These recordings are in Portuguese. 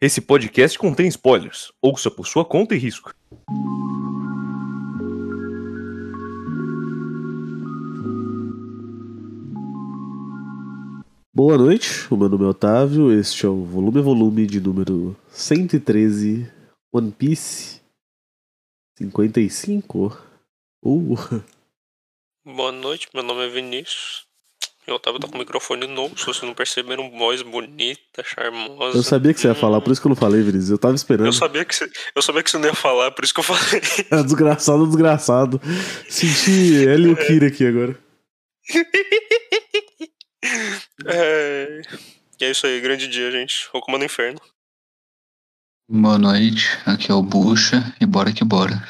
Esse podcast contém spoilers. Ouça por sua conta e risco. Boa noite, o meu nome é Otávio, este é o Volume a Volume de número 113, One Piece 55. Uh, Boa noite, meu nome é Vinícius. E o Otávio tá com o microfone novo, se vocês não perceberam, voz bonita, charmosa. Hum, eu sabia que você ia falar, por isso que eu não falei, Vinícius, eu tava esperando. Eu sabia que você, eu sabia que você não ia falar, por isso que eu falei. Desgraçado, desgraçado. Senti Hélio Kira aqui agora. É... E é isso aí, grande dia, gente. Rokuma no Inferno. Boa noite, aqui é o Bucha e bora que bora.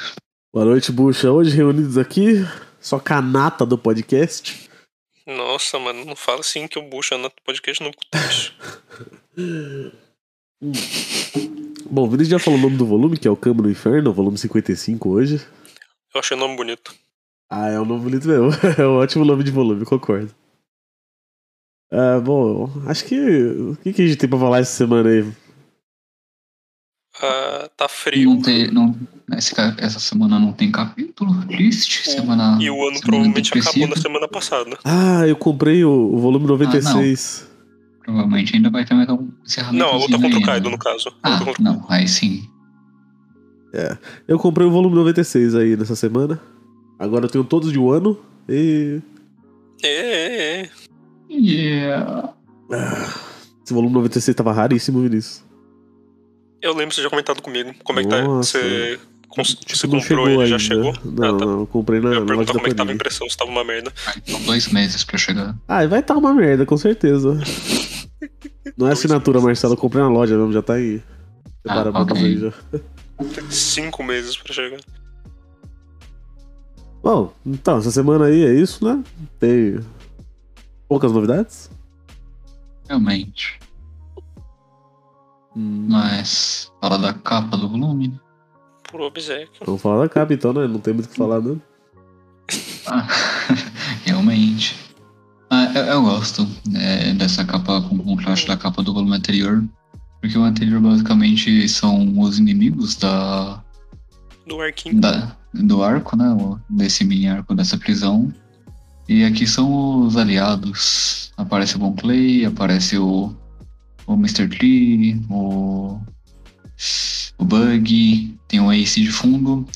Boa noite, Bucha. Hoje reunidos aqui, só canata do podcast. Nossa, mano, não fala assim que o Bucha no podcast não acontece. Bom, o Vinícius já falou o nome do volume, que é o Câmbio no Inferno, o volume 55 hoje. Eu achei o nome bonito. Ah, é um nome bonito mesmo. É um ótimo nome de volume, concordo. Ah, bom, acho que. O que, que a gente tem pra falar essa semana aí? Ah, tá frio. Não tem, não, esse ca- essa semana não tem capítulo, triste. O- Semana, E o ano semana provavelmente acabou depressiva. na semana passada. Ah, eu comprei o, o Ah, volume 96. Provavelmente ainda vai ter mais algum encerramento. Não, a luta contra o Kaido, no caso. A Ah, luta contra- não, aí sim. eu comprei o volume 96 aí nessa semana. Agora eu tenho todos de um ano. E. É, é, é. Yeah. Esse volume 96 tava raríssimo, Vinícius. Eu lembro você já comentado comigo. Como é que tá? Nossa. Tipo, Você, cons- você não comprou ele, já chegou? Não, Ah, tá. não, eu comprei na, Eu ia na loja da perguntar como é que tava a Panini. impressão, se tava uma merda. Aí, São dois meses pra chegar. Ah, vai estar uma merda, com certeza. Não é assinatura, Marcelo. Eu comprei na loja mesmo, já tá aí. Separa Ah, pra ok. fazer já. Cinco meses pra chegar. Bom, então, essa semana aí é isso, né? Tem poucas novidades. Realmente. Mas fala da capa do volume. Por obséquio. Vamos falar da capa, então, né? Não tem muito o que falar, né? Ah, realmente. É Ah, eu, eu gosto né, dessa capa com o contraste da capa do volume anterior. Porque o anterior basicamente são os inimigos da, Do arquinho. da- do arco, né? o- Desse mini arco dessa prisão. E aqui são os aliados. Aparece o Bon Clay, aparece o, o Mr. Tree, o, o Bug, tem o Ace de fundo.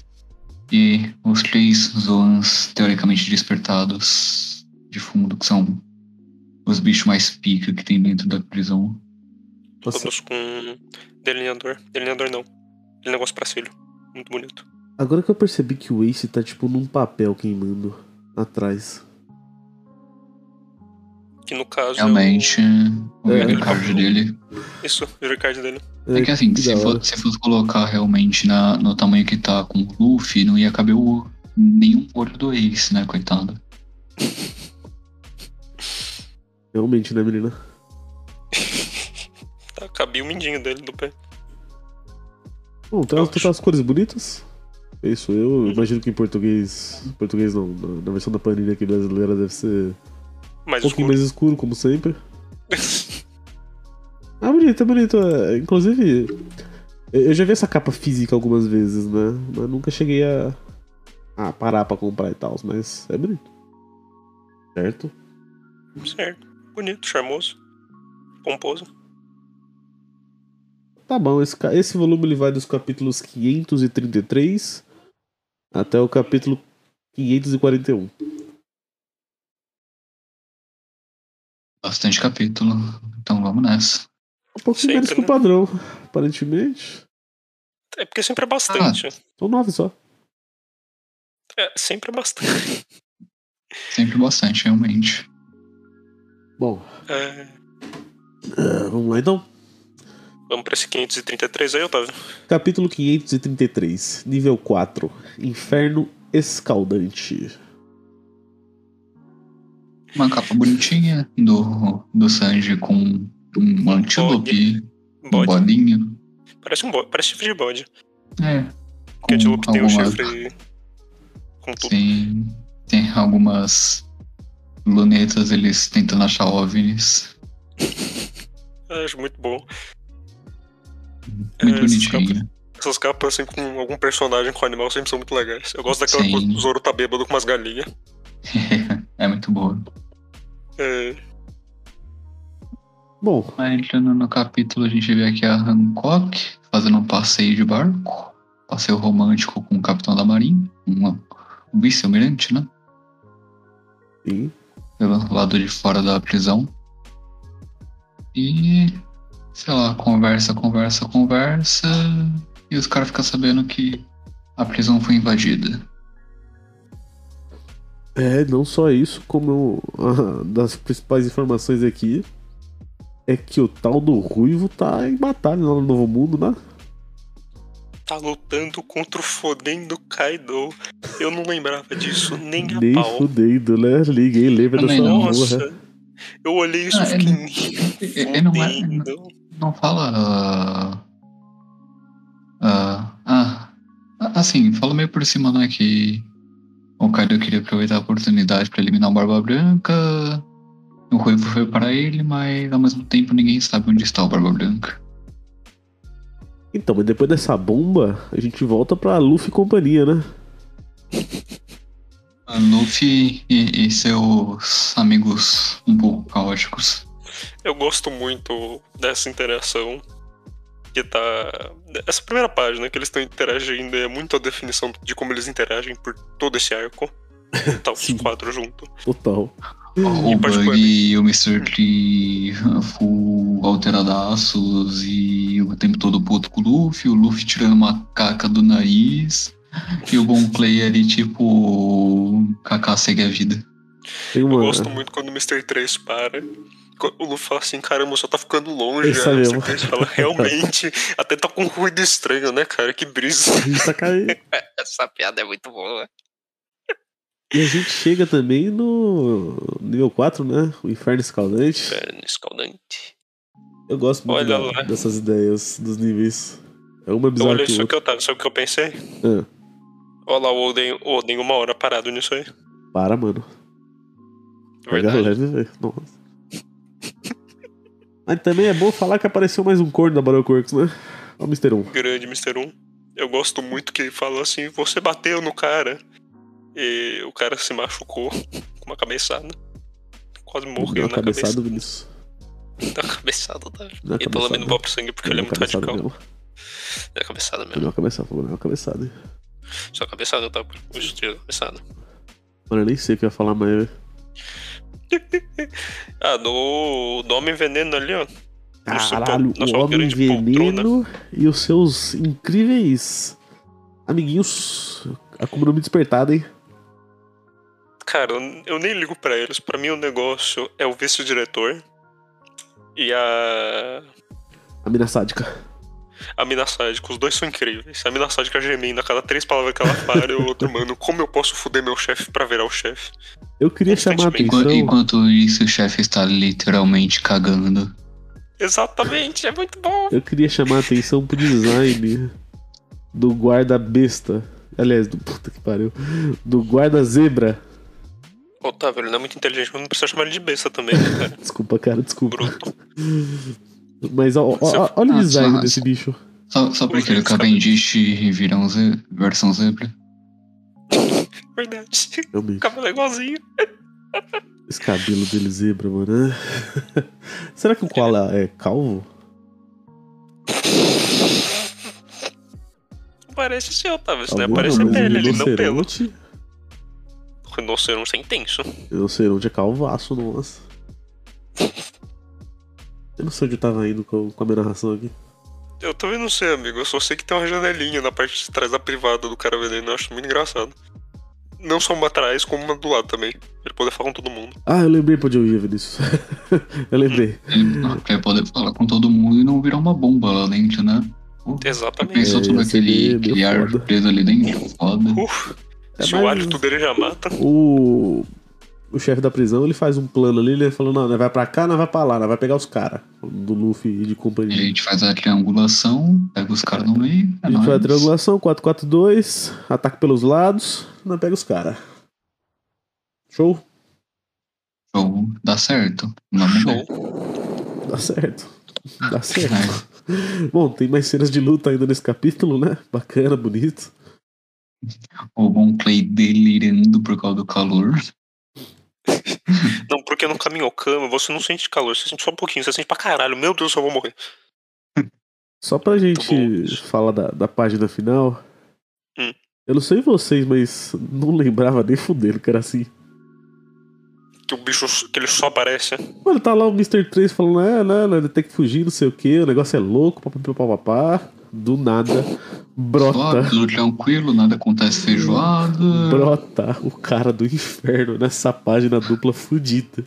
E os três Zoans teoricamente despertados de fundo, que são os bichos mais pica que tem dentro da prisão. Nossa, Todos com delineador. Delineador não. Aquele negócio pra cílio. Muito bonito. agora que eu percebi que o Ace tá, tipo, num papel queimando atrás. Que no caso. é o- Realmente, o É. é. card dele Isso, o recard dele. É que assim, se da hora. for- se fosse colocar realmente na, no tamanho que tá com o Luffy, não ia caber o, nenhum olho do Ace, né, coitado? Realmente, né, menina? Tá, cabia o mindinho dele do pé. Bom, tem Eu umas, tem umas cores bonitas. É isso, eu imagino que em português. Português não, na, na versão da Panini aqui brasileira deve ser um Mas pouquinho escuro. mais escuro, como sempre. Ah, bonito, é bonito. é. Inclusive, eu já vi essa capa física algumas vezes, né? Mas nunca cheguei a, a parar pra comprar e tal, mas é bonito. Certo? certo. Bonito, charmoso. Pomposo. Tá bom, esse, ca- esse volume ele vai dos capítulos 533 até o capítulo 541. Bastante capítulo. Então vamos nessa. Um pouquinho Sempre, menos que o né? padrão, aparentemente. É porque sempre é bastante. São nove só. É, sempre é bastante. Sempre bastante, realmente. Bom, É, ah, vamos lá então. vamos pra esse 533 aí, Otávio. Capítulo 533, nível 4. Inferno escaldante. Uma capa bonitinha do, do Sanji com um antílope, um Bode. bolinho. Parece um bode. Parece chifre de bode. É. Porque a Antelope tem um algumas- chifre. Com tudo. Tem, tem algumas lunetas eles tentando achar OVNIs. Eu acho muito bom. Muito É, esses bonitinho. Essas capas, assim, com algum personagem com animal sempre são muito legais. Eu gosto daquela Sim. coisa do Zoro tá bêbado com umas galinhas. é muito boa. É, Bom, Mas entrando no capítulo, a gente vê aqui a Hancock fazendo um passeio de barco. Passeio romântico com o capitão da marinha. Um, um vice-almirante, né? sim. pelo lado de fora da prisão. E, sei lá, conversa, conversa, conversa. E os caras ficam sabendo que a prisão foi invadida. É, não só isso, como eu- das principais informações aqui é que o tal do Ruivo tá em batalha lá no Novo Mundo, né? tá lutando contra o fodendo Kaido. Eu não lembrava disso nem a Nem pau. fudendo, né? Liguei, lembra Também dessa não. porra. Nossa, eu olhei isso Ah, e fiquei. ele- ele não é- "Fudendo". Não fala. ah, ah, ah, assim, fala meio por cima, né? Que o Kaido queria aproveitar a oportunidade pra eliminar o Barba Branca. O Ruivo foi para ele, mas ao mesmo tempo ninguém sabe onde está o Barba Branca. Então, mas depois dessa bomba, a gente volta pra Luffy e companhia, né? A Luffy e, e seus amigos um pouco caóticos. Eu gosto muito dessa interação que tá. Essa primeira página que eles estão interagindo é muito a definição de como eles interagem por todo esse arco. Tá os Sim. quatro junto. Total. O Bug particularmente- e o Mr. Tree full alteradaços e o tempo todo puto com o Luffy, o Luffy tirando uma caca do nariz. E o Bon Play ali, tipo, Kaká segue a vida. Tem Eu uma. gosto muito quando o Mr. 3 para. Quando O Luffy fala assim, caramba, só tá ficando longe. Isso Aí o mesmo. Mr. 3 fala, realmente, até tá com um ruído estranho, né, cara? Que brisa. A gente tá caindo. Essa piada é muito boa. E a gente chega também no nível 4, né? O Inferno Escaldante. escaldante. Eu gosto muito É. Olha da- lá. dessas ideias, dos níveis. É uma bizarra Olha que o isso outro. que eu tava, sabe o que eu pensei? Ah. Olha lá o Oden, o Oden uma hora parado nisso aí. Para, mano. Pega É Verdade. leve, velho. Nossa. Mas também é bom falar que apareceu mais um corno da Baroque Works, né? Ó o Mr. 1. grande Mr. 1. Eu gosto muito que ele fala assim, você bateu no cara. E o cara se machucou com uma cabeçada. Quase morreu Na na cabeça. cabeçada, Vinícius. Na cabeçada da. Na E pelo menos pro sangue porque ele é Deu uma muito cabeçada radical. mesmo. É a cabeçada mesmo. Deu uma cabeçada, falou, deu uma cabeçada. Só a cabeçada, tá? O estilo da cabeçada. Mano, eu nem sei o que eu ia falar mais, velho. Ah, do, do Homem Veneno ali, ó. Nosso pau- Caralho, nosso o Homem grande poltrona. Veneno e os seus incríveis amiguinhos. A comunidade despertada, hein? Cara, eu nem ligo pra eles. Pra mim o negócio é o vice-diretor e a. A mina sádica. A Mina Sádica, os dois são incríveis. A Mina Sádica gemendo a cada três palavras que ela fala, e o outro, mano, como eu posso foder meu chefe pra virar o chefe? Eu queria chamar a Constantemente. atenção. Enqu- enquanto isso, o chefe está literalmente cagando. Exatamente, é muito bom. Eu queria chamar a atenção pro design do guarda besta. Aliás, do puta que pariu. Do guarda zebra. Otávio, ele não é muito inteligente, mas não precisa chamar ele de besta também, né, cara? Desculpa, cara, desculpa. Bruto. Mas ó, ó, ó, olha o Ah, design só- desse bicho. Só, só porque ele é Cavendish e vira um ze versão zebra. Verdade. O Realmente. cabelo é igualzinho. Esse cabelo dele zebra, mano. Será que o Koala é calvo? Não Parece ser Otávio, isso não é Calvo parece mas pele o ali, não pelo. rinoceronte- O rinoceronte é intenso. Rinoceronte é calvaço, nossa. Eu não sei onde eu tava indo com, com a minha narração aqui. Eu também não sei, amigo. Eu só sei que tem uma janelinha na parte de trás da privada do cara veneno. Eu acho muito engraçado. Não só uma atrás, como uma do lado também. Pra Ele poder falar com todo mundo. Ah, eu lembrei pra onde eu ia, Vinícius. eu lembrei. Ele Hum. vai poder falar com todo mundo e não virar uma bomba lá dentro, né? Exatamente. Pensou É, todo ia ser aquele, meio- aquele meio ar foda. preso ali dentro? Foda. Uf, É se o mais- hálito dele já mata. o, o chefe da prisão ele faz um plano ali, ele falou, não, nós vai pra cá, nós vai pra lá, nós vai pegar os caras do Luffy e de A companhia. gente faz a triangulação, pega os caras no meio. É A gente faz a nóis. triangulação, 4-4-2, ataque pelos lados, nós pega os caras. Show? Show. Dá certo. Não, não dá. Show. Dá certo. Dá Né? certo. Bom, tem mais cenas de luta ainda nesse capítulo, né? Bacana, bonito. O Bon Clay delirando por causa do calor. Não, porque no caminho ao cama você não sente calor, você sente só um pouquinho, você sente pra caralho. Meu Deus, eu vou morrer. Só pra bom gente isso. falar da, da página final. Hum. Eu não sei vocês, mas não lembrava nem fudendo que era assim. Que o bicho, que ele só aparece. Mano, tá lá o Mr. 3 falando, é, não, não, ele tem que fugir, não sei o que, o negócio é louco, papapá. Do nada, Só brota, tudo tranquilo, nada acontece feijoada. brota o cara do inferno nessa página dupla fudida.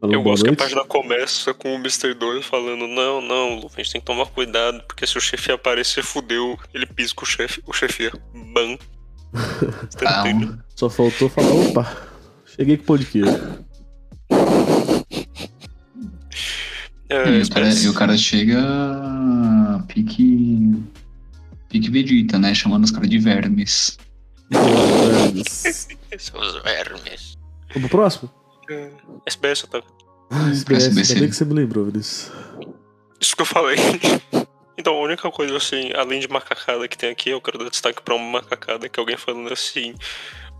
Falando, Eu gosto que "Boa a noite." página começa com o Mr. 2 falando: Não, não, Luffy, a gente tem que tomar cuidado, porque se o chefe aparecer, fudeu. Ele pisca o chefe, o chefe é ban. Você tá Ah, entende? Só faltou falar, opa, cheguei com o pão de queijo. um É, e, o cara, espécie- hum, e o cara chega. Pique. Pique Vegeta, né? Chamando os caras de vermes. Seus vermes. Vamos pro próximo? SBS, tá? Ah, SBS, Parece ainda BC. bem que você me lembrou, Vinícius. Isso que eu falei. Então, a única coisa, assim, além de macacada que tem aqui, eu quero dar destaque pra uma macacada que é alguém falando assim: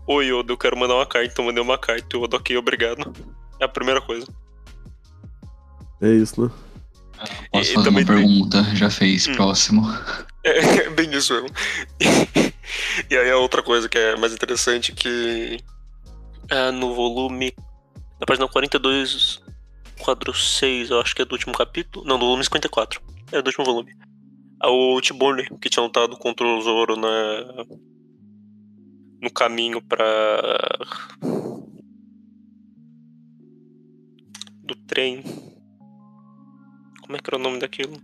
Oi, Oda, eu quero mandar uma carta, eu mandei uma carta, o Oda, ok, obrigado. É a primeira coisa. É isso, né? Posso Ah, E fazer também uma tem- pergunta? Já fez, Hum. próximo. É, é bem isso mesmo. E aí a outra coisa que é mais interessante que é no volume. Na página 42, quadro 6, eu acho que é do último capítulo. Não, do volume 54. É do último volume. Ah, O Tiburne, que tinha lutado contra o Zoro na. No caminho pra. Do trem. Como é que era o nome daquilo?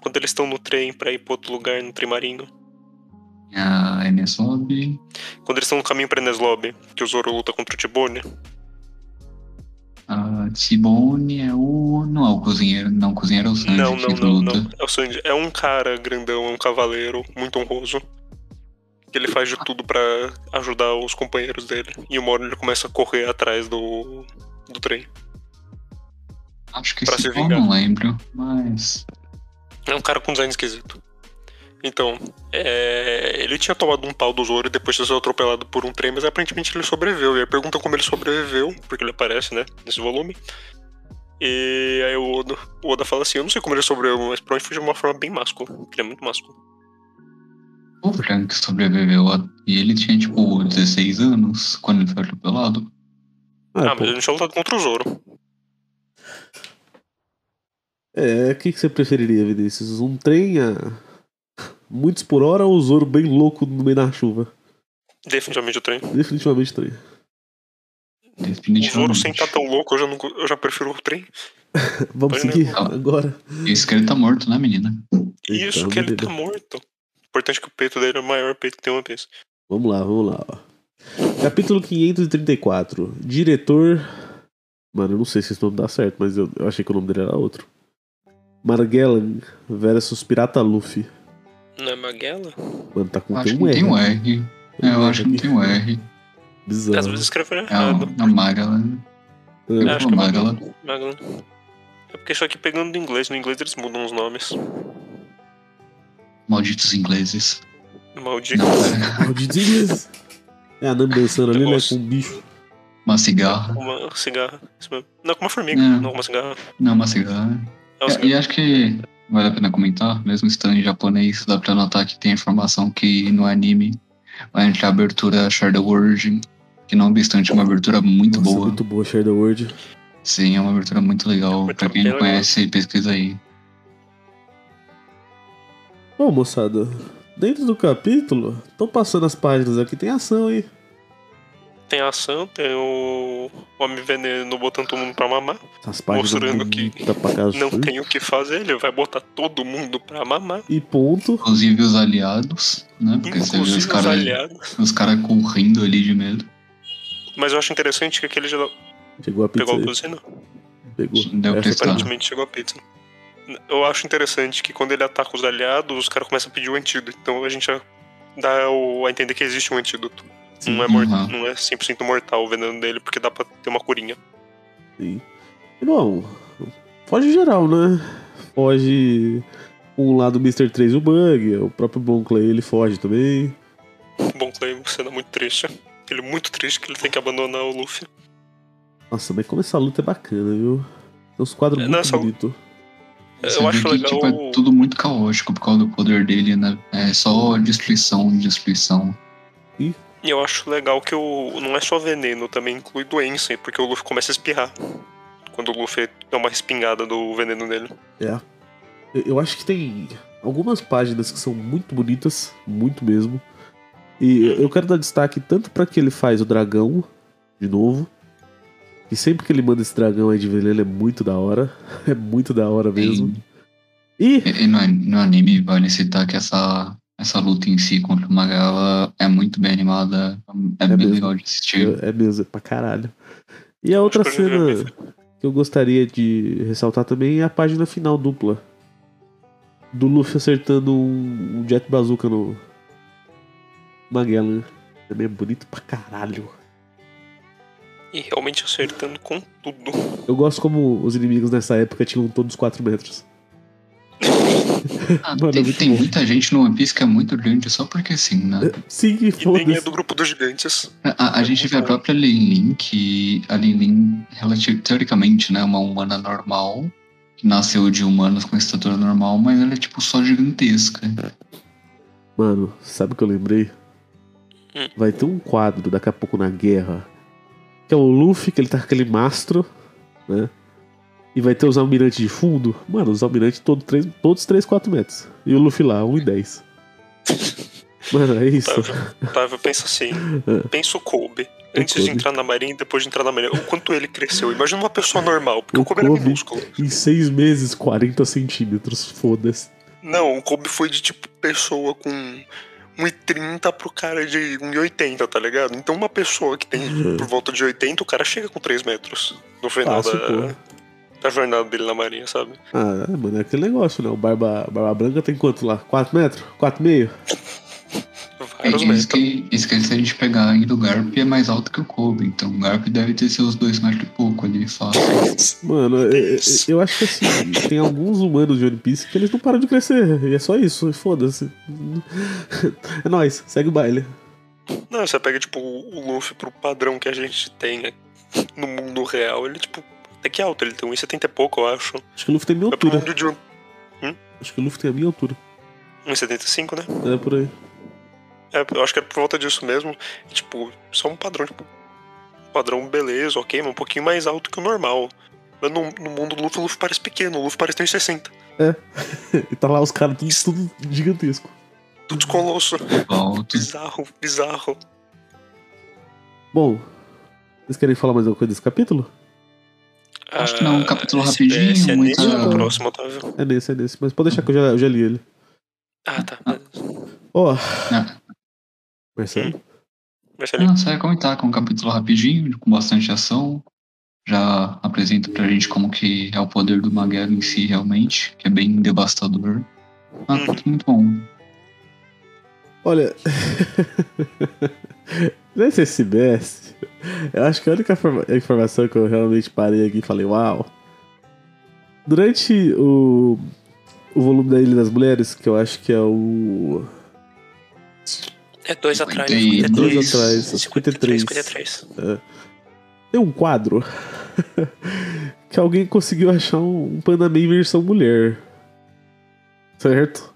Quando eles estão no trem pra ir pra outro lugar, no trem marinho. A Enesob. Quando eles estão no caminho pra Eneslob, que o Zoro luta contra o Tibone. A Tibone é o. Não é o cozinheiro. Não, o cozinheiro é o Sanji Não, que não, não, luta. não. É o Sanji. É um cara grandão, é um cavaleiro, muito honroso. Que ele faz de tudo pra ajudar os companheiros dele. E uma hora ele começa a correr atrás do, do trem. Acho que Pra esse se eu vingar. não lembro, mas. É um cara com design esquisito. Então, é, ele tinha tomado um pau do Zoro e depois tinha sido atropelado por um trem, mas aparentemente ele sobreviveu. E aí pergunta como ele sobreviveu, porque ele aparece, né, nesse volume. E aí o Oda, o Oda fala assim, eu não sei como ele sobreviveu, mas provavelmente foi de uma forma bem máscula, porque ele é muito másculo. O Frank sobreviveu a- e ele tinha tipo 16 anos quando ele foi atropelado. Ah, ah, pô, mas ele não tinha lutado contra o Zoro. É, o que, que você preferiria, Vinícius? Um trem a muitos por hora ou o Zoro bem louco no meio da chuva? Definitivamente o trem. Definitivamente trem. O Zoro sem Definitivamente. estar tão louco, eu já, não- eu já prefiro o trem. Vamos Pois seguir não. agora. Esse cara tá morto, né, menina? E Isso Então, que ele beleza. tá morto. Importante que o peito dele é o maior peito que tem uma vez. Vamos lá, vamos lá. Ó. Capítulo 534. Diretor. Mano, eu não sei se esse nome dá certo, mas eu, eu achei que o nome dele era outro. Margellan versus Pirata Luffy. Não é Maguela? Mano, tá com acho tem que um não R. tem um R. É, eu acho que não tem um R. Bizarro. Às vezes escreveu É a, errado. a Magala. Ah, acho que é Magala. Magala. Maglan. É porque só que pegando do inglês, no inglês eles mudam os nomes. Malditos ingleses. Maldito. Não, é Maldito inglês. É a Nami dançando ali, né? Nossa. Com um bicho. é, uma cigarra. Uma cigarra. Isso mesmo. Não, com uma formiga. É. Não, com uma cigarra. Não, uma cigarra. É uma É, cigarra. e acho que vale a pena comentar, mesmo estando em japonês, dá pra notar que tem informação que no anime vai entrar a abertura Shadow World, que não obstante é uma abertura muito Nossa, boa. muito boa, Share the World. Sim, é uma abertura muito legal. Abertura Pra quem bem não legal. conhece, pesquisa aí. Bom, moçada, dentro do capítulo, tô passando as páginas aqui, tem ação, hein? é- Tem a ação, tem o Homem Veneno botando todo mundo pra mamar. As páginas Mostrando que bonita pra casa. Não tem o que fazer, ele vai botar todo mundo pra mamar. E ponto. Inclusive os aliados, né? Porque você vê os Inclusive os caras aliados. os cara correndo ali de medo. Mas eu acho interessante que aquele já Chegou a pizza pegou a aí. buzina. Pegou. Deu pra Essa testar. Aparentemente chegou a pizza. Eu acho interessante que quando ele ataca os aliados, os caras começam a pedir o antídoto. Então a gente já dá o- a entender que existe um antídoto. Sim. não, é mor- Uhum. não é 100% mortal o veneno dele, porque dá pra ter uma curinha. E, bom, Foge geral, né? Foge um lado Mr. 3 o Bug, o próprio Bon Clay ele foge também. Bom, Clay, cena muito triste. Ele é muito triste que ele tem que abandonar o Luffy. Nossa, mas como essa luta é bacana, viu? Tem uns quadros É, muito nessa- bonitos. Você Eu vê acho que, legal. Tipo, é tudo muito caótico por causa do poder dele, né? É só destruição, destruição. E eu acho legal que o não é só veneno, também inclui doença, porque o Luffy começa a espirrar. Quando o Luffy dá uma respingada do veneno nele. Eu- Eu acho que tem algumas páginas que são muito bonitas, muito mesmo. E eu- eu quero dar destaque tanto pra que ele faz o dragão, de novo. E sempre que ele manda esse dragão aí de veneno é muito da hora. É muito da hora mesmo. E E, e no, an- no anime vale citar que essa, essa luta em si contra o Magala é muito bem animada. É, É bem mesmo. legal de assistir. É mesmo, é pra caralho. E a outra Acho que eu já cena que eu gostaria de ressaltar também é a página final dupla. Do Luffy acertando um, um jet bazooka no Magellan. Também é bonito pra caralho. E realmente acertando com tudo. Eu gosto como os inimigos nessa época tinham todos 4 metros. Ah, Mano, é tem, muito tem bom. muita gente no One Piece que é muito grande só porque sim, né? Sim, que E nem é foda-se. do grupo dos gigantes. É, A, a gente vê a própria Lin Lin, que a Lin Lin, relati- teoricamente, né, é uma humana normal, que nasceu de humanos com estatura normal, mas ela é tipo só gigantesca. Mano, sabe o que eu lembrei? Hum. Vai ter um quadro daqui a pouco na guerra. Que é o Luffy, que ele tá com aquele mastro, né? E vai ter os almirantes de fundo. Mano, os almirantes todo três, todos 3, 4 metros. E o Luffy lá, 1 e 10. Mano, é isso. Otávio, Otávio pensa assim. Pensa o Kobe. É. O Antes de Kobe. entrar na marinha e depois de entrar na marinha. O quanto ele cresceu. Imagina uma pessoa normal, porque O o, Kobe, Kobe. era minúsculo. Em 6 meses, 40 centímetros. Foda-se. Não, o Kobe foi de tipo pessoa com 1,30 pro cara de 1,80, tá ligado? Então uma pessoa que tem Uhum. por volta de 80, o cara chega com 3 metros no final Fácil, da, pô. da jornada dele na marinha, sabe? Ah, mano, é aquele negócio, né? O Barba, Barba Branca tem quanto lá? 4 metros? 4,5? É Uhum. Vários isso metros. que, isso que é se a gente pegar ainda o Garp é mais alto que o Kobe, então o Garp deve ter seus dois mais de pouco ali, fácil. Mano, eu, eu- eu acho que assim, tem alguns humanos de One Piece que eles não param de crescer. E é só isso, e foda-se. É nóis, segue o baile. Não, você pega tipo o Luffy pro padrão que a gente tem né, no mundo real, ele tipo até que alto, ele tem 1,70 e pouco, eu acho. Acho que o Luffy tem a minha Mas pro altura. mundo de um- Acho que o Luffy tem a minha altura. 1,75, né? É por aí. É, eu acho que é por volta disso mesmo. E, tipo, só um padrão, tipo, padrão beleza, ok, mas um pouquinho mais alto que o normal. Mas no, no mundo do Luffy, o Luffy parece pequeno, o Luffy parece ter uns 60. E tá lá os caras tudo, tudo gigantesco. Tudo colosso. Uhum. alto. Bizarro, bizarro. Bom, vocês querem falar mais alguma coisa desse capítulo? Acho que não, um capítulo Ah, esse- rapidinho, Esse é muita- nesse ou no próximo, Otávio. É nesse, é nesse. Mas pode deixar que eu já, eu já li ele. Ah, tá. Ó, Ah. Marcelo. Marcelinho. Não, só ia comentar com um capítulo rapidinho, com bastante ação. Já apresenta pra gente como que é o poder do Magela em si realmente, que é bem devastador. Ah, Uhum. muito bom. Olha. Nem sei se soubesse. Eu acho que a única forma- informação que eu realmente parei aqui e falei, uau. Durante o, o volume da Ilha das Mulheres, que eu acho que é o. É dois atrás. 52 53. Dois atrás, é 53. 53. Tem um quadro que alguém conseguiu achar um, um Panamê versão mulher. Certo?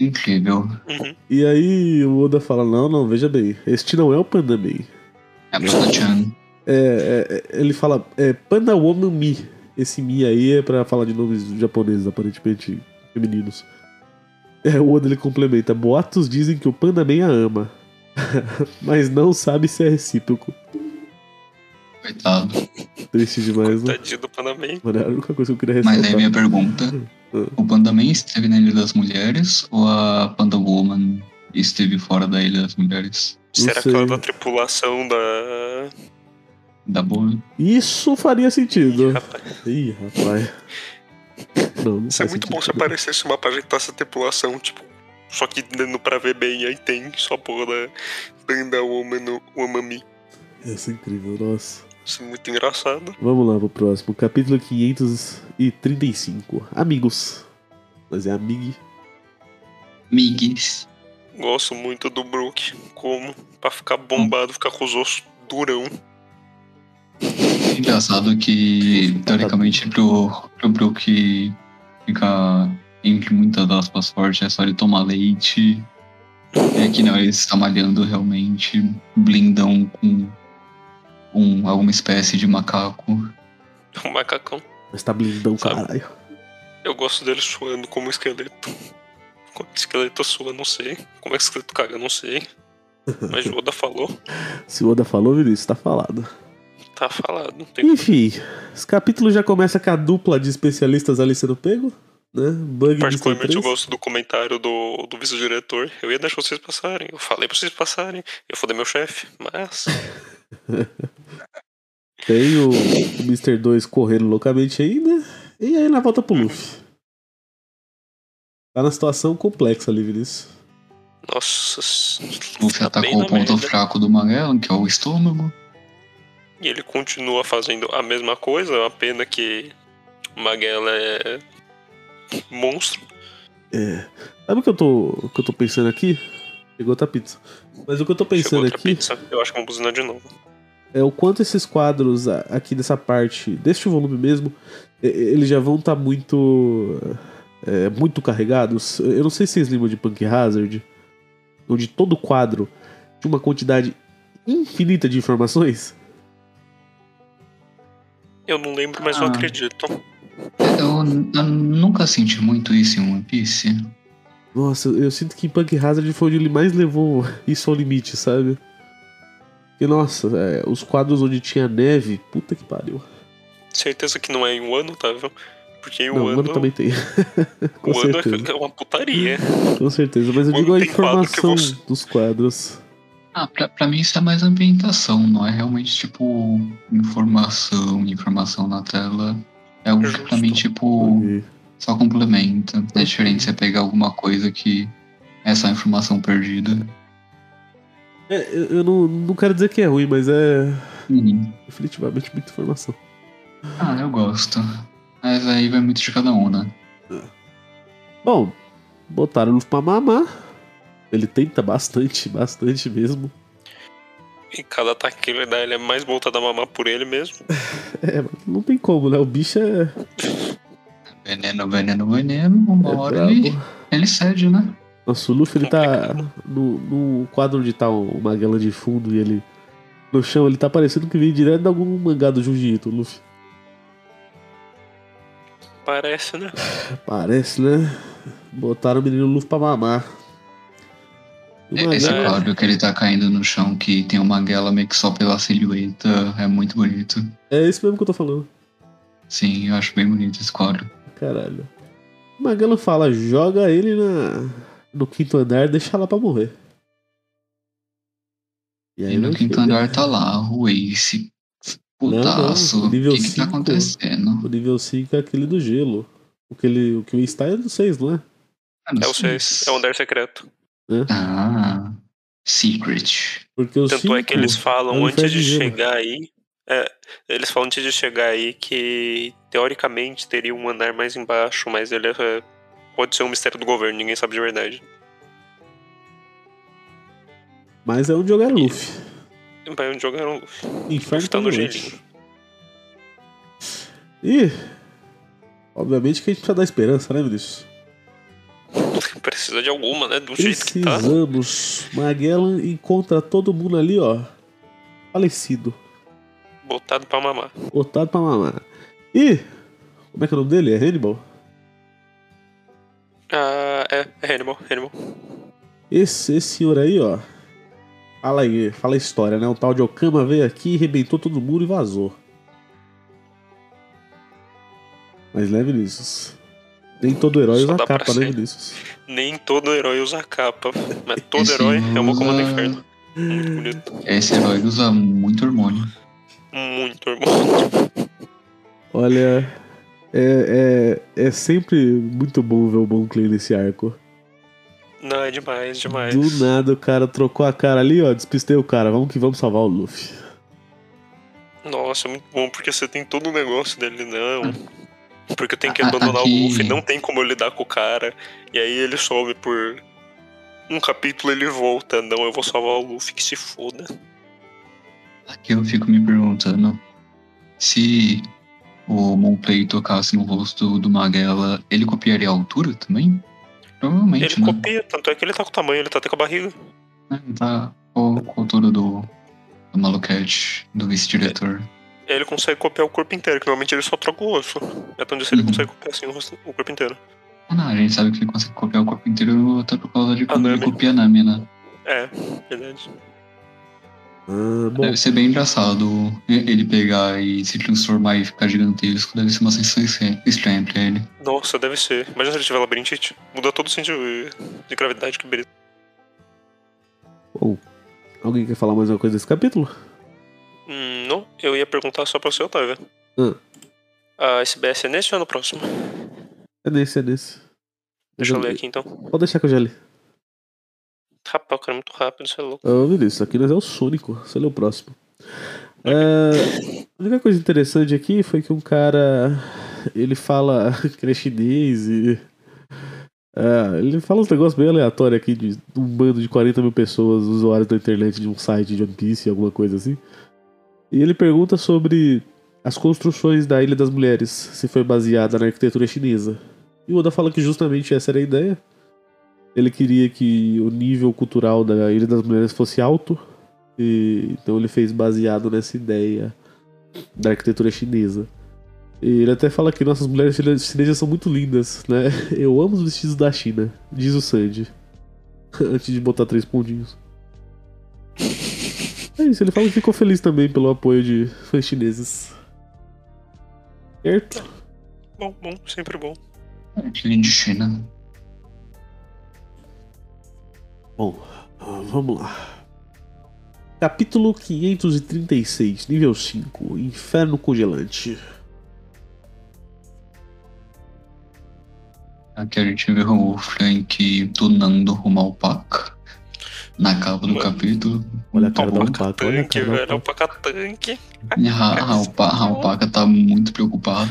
Incrível. Uhum. E aí o Oda fala: não, não, veja bem, este não é o Panamê. É Protachan. É, é, é, ele fala é, Panda Woman Mi. Esse Mi aí é pra falar de nomes japoneses, aparentemente femininos. É, o Oda ele complementa. Boatos dizem que o Panda Man a ama, mas não sabe se é recíproco. Coitado. Triste demais, né? Tadinho do Panamê. Mano, era a única coisa que eu queria Mas aí ressaltar. minha pergunta: o Pandaman esteve na Ilha das Mulheres ou a Panda Woman esteve fora da Ilha das Mulheres? Será sei. que ela é da tripulação da. Da boa? Isso faria sentido. Rapaz, Ih, rapaz. Não, não isso é faz muito sentido. bom se aparecesse uma página que tá essa tripulação, tipo. Só que dando pra ver bem, aí tem só a porra da Panda Woman Womami. Isso é incrível, nossa. Isso é muito engraçado. Vamos lá pro próximo. Capítulo 535. Amigos. Mas é amig. Migs. Gosto muito do Brook. Como? Pra ficar bombado, ficar com os ossos durão. Engraçado que, teoricamente, pro, pro Brook ficar, entre muitas aspas, forte, é só ele tomar leite. É que não, ele está malhando realmente, blindão com um, alguma espécie de macaco. O é um macacão. Mas tá blindão, Sabe? caralho. Eu gosto dele suando como um esqueleto. Como esqueleto sua, não sei. Como é que esqueleto caga, não sei. Mas o Oda falou, Se o Oda falou, Vinícius, tá falado. tá falado. Não tem Enfim, esse capítulo já começa com a dupla de especialistas ali sendo pego, né? Bug Particularmente de eu gosto do comentário do, do vice-diretor. Eu ia deixar vocês passarem. Eu falei pra vocês passarem. Eu falei meu chefe, mas. Tem o, o Mr. 2 correndo loucamente aí, né? E aí na volta pro Luffy. Tá na situação complexa ali, Vinícius. Nossa. Luffy tá bem atacou o na ponto merda. fraco do Magellan, que é o estômago. E ele continua fazendo a mesma coisa. É uma pena que Magela é monstro. É. Sabe o que eu tô, o que eu tô pensando aqui? Chegou outra pizza. Mas o que eu tô Chegou pensando outra aqui pizza. Eu acho que vamos buzinar de novo. é o quanto esses quadros a- aqui dessa parte, deste volume mesmo, e- e- eles já vão estar muito. é, muito carregados. Eu não sei se vocês lembram de Punk Hazard, onde todo quadro tinha uma quantidade infinita de informações. Eu não lembro, mas eu Ah. acredito. Eu, eu nunca senti muito isso em One Piece. Nossa, eu sinto que Punk Hazard foi onde ele mais levou isso ao limite, sabe? E nossa, é, os quadros onde tinha neve, puta que pariu. Certeza que não é em um ano, tá? viu? Porque em um Não, o ano. ano também tem. com o ano certeza. é- é uma putaria. Com certeza, mas eu Quando digo a tem quadro que informação você- dos quadros. Ah, pra, pra mim isso é mais ambientação, não é realmente tipo informação, informação na tela. É algo que pra mim, Justo. Hum. tipo, E- só complementa. É diferente você pegar alguma coisa que é só informação perdida. É, eu eu não, não quero dizer que é ruim, mas é Uhum. definitivamente muita informação. Ah, eu gosto. Mas aí vai muito de cada um, né? Bom, botaram o Luffy pra mamar. Ele tenta bastante, bastante mesmo. E cada ataque que ele dá, ele é mais voltado a mamar por ele mesmo. É, mas não tem como, né? O bicho é, Veneno, veneno, veneno, uma é hora ele, brabo. ele cede, né? Nossa, o Luffy ele tá no, no quadro onde tá o Magellan de fundo e ele no chão, ele tá parecendo que veio direto de algum mangá do Jiu-Jitsu, o Luffy. Parece, né? Parece, né? Botaram o menino Luffy pra mamar. E o É, Esse Magal- Magellan- quadro que ele tá caindo no chão, que tem uma guela meio que só pela silhueta, é muito bonito. É isso mesmo que eu tô falando. Sim, eu acho bem bonito esse quadro. Caralho. O Magellan fala, joga ele na... no quinto andar e deixa lá pra morrer. E E no É, não quinto chega. andar tá lá o Ace. Putaço. Não, não, O nível que, que cinco. tá acontecendo? O nível 5 é aquele do gelo. O que, ele, o que o Ace tá é do 6, não é? Ah, não É o sei. 6. É o andar secreto. Ah, Secret. Porque o Tanto 5... é que eles é falam um antes de inferno. chegar aí. é, eles falam antes de chegar aí que teoricamente teria um andar mais embaixo, mas ele é- pode ser um mistério do governo, ninguém sabe de verdade. Mas é onde jogar Luffy. Vai onde jogaram o Luffy. Inferno Tá no todo gelinho. E... Obviamente que a gente precisa dar esperança, né, Vinícius? Precisa de alguma, né? Do jeito que tá. Precisamos. Magellan encontra todo mundo ali, ó. Falecido. Botado pra mamar. Botado pra mamar. E. Como é que é o nome dele? É Hannibal? Ah, é. É Hannibal, Hannibal. Esse, esse senhor aí, ó. Fala aí, fala a história, né? O tal de Okama veio aqui, arrebentou todo mundo e vazou. Mas né, Vinícius? Nem todo herói Só usa dá pra capa, né, ser. Vinícius? Nem todo herói usa capa. Mas todo Esse herói é uma comando do usa- inferno. Muito bonito. Esse herói usa muito hormônio. Muito irmão. Olha, é, é, é sempre muito bom ver o Bon Clay nesse arco. Não, é demais, demais. Do nada o cara trocou a cara ali, ó. Despistei o cara. Vamos que vamos salvar o Luffy. Nossa, é muito bom, porque você tem todo o negócio dele, não. Porque tem que A- a- abandonar aqui- o Luffy, não tem como eu lidar com o cara. E aí ele sobe por um capítulo ele volta. Não, eu vou salvar o Luffy, que se foda. Aqui eu fico me perguntando se o Monplay tocasse no rosto do Magela, ele copiaria a altura também? Provavelmente, Ele né? copia, tanto é que ele tá com o tamanho, ele tá até com a barriga. Não Tá com com a altura do, do maluquete, do vice-diretor. Ele consegue copiar o corpo inteiro, que normalmente ele só troca o osso. É tão disso ele Uhum. consegue copiar assim o, rosto- o corpo inteiro. Ah, Não, a gente sabe que ele consegue copiar o corpo inteiro até por causa de quando ele Nami. copia a Nami, né? É, verdade. Ah, bom. Deve ser bem engraçado e- ele pegar e se transformar e ficar gigantesco. Deve ser uma sensação estra- estranha pra ele. Nossa, deve ser. Imagina se ele tiver labirintite. Muda todo o sentido de gravidade, que beleza. Bom, Alguém quer falar mais uma coisa desse capítulo? Hum, não, eu ia perguntar só pra você, Otávio. Hum. A SBS é nesse ou no próximo? É nesse, é nesse. Deixa eu já- ler aqui então. Pode deixar que eu já li. Rapaz, o cara é muito rápido, você é louco. Ô, Vinícius, aqui nós é o Sônico. Você lê o próximo. É, a única coisa interessante aqui foi que um cara. Ele fala que ele é chinês e. é, ele fala uns negócios bem aleatórios aqui de um bando de 40 mil pessoas, usuários da internet de um site de One Piece, alguma coisa assim. E ele pergunta sobre as construções da Ilha das Mulheres, se foi baseada na arquitetura chinesa. E o Oda fala que justamente essa era a ideia. Ele queria que o nível cultural da Ilha das Mulheres fosse alto, e então ele fez baseado nessa ideia da arquitetura chinesa. E ele até fala que nossas mulheres chine- chinesas são muito lindas, né? Eu amo os vestidos da China, diz o Sandy. Antes de botar três pontinhos. É isso, ele fala que ficou feliz também pelo apoio de fãs chineses. Certo? Bom, bom, sempre bom. Ele É, de China. Bom, ah, vamos lá. Capítulo 536, nível 5, Inferno Congelante. Aqui a gente vê o Frank tunando rumo ao Paca. Na capa do Mano. capítulo. Olha a cara do Muito Alpaca, olha a Tanque, cara um do velho, Alpaca. alpaca tanque. bom. A a alpa- a alpaca tá muito preocupada.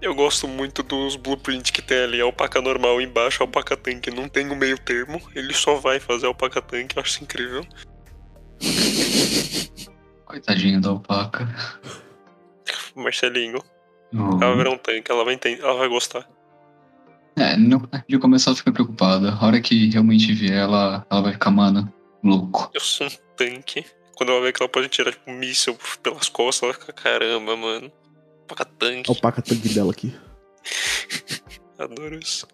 Eu gosto muito dos blueprints que tem ali. Alpaca normal embaixo, alpaca tanque. Não tem o meio termo. Ele só vai fazer alpaca tanque. Eu acho isso incrível. Coitadinha da alpaca. Marcelinho, Oh. ela vai virar um tanque. Ela vai, enten- ela vai gostar. É, não de começar a ficar preocupada. A hora que realmente vier, ela, ela vai ficar, mano, louco. Eu sou um tanque. Quando ela vê que ela pode tirar, tipo, um míssil pelas costas, ela fica, caramba, mano. Alpaca tanque. Alpaca tanque dela aqui. Adoro isso.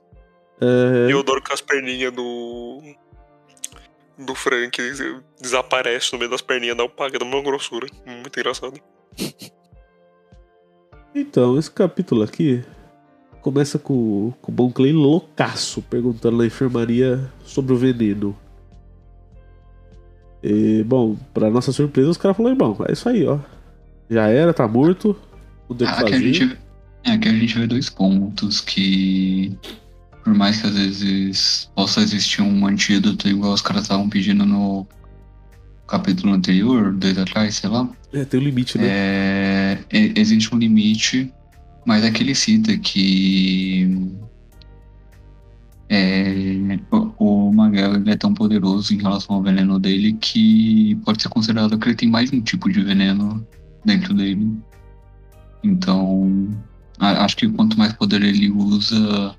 É, E eu adoro que as perninhas do. Do Frank desaparece no meio das perninhas um da alpaca, da mesma grossura. Muito engraçado. Então, esse capítulo aqui começa com, com o Bon Clay loucaço perguntando na enfermaria sobre o veneno. E, bom, pra nossa surpresa, os caras falaram: bom, é isso aí, ó. Já era, tá morto. Não Ah, tem o que Ah, aqui, a fazer. gente, vê- é, aqui a gente vê dois pontos que, por mais que às vezes possa existir um antídoto, igual os caras estavam pedindo no capítulo anterior, dois atrás, sei lá, É, tem um limite, né? é, e- existe um limite, mas aqui ele cita que é, o, o Magal ele é tão poderoso em relação ao veneno dele que pode ser considerado que ele tem mais de um tipo de veneno dentro dele. Então, a- acho que quanto mais poder ele usa,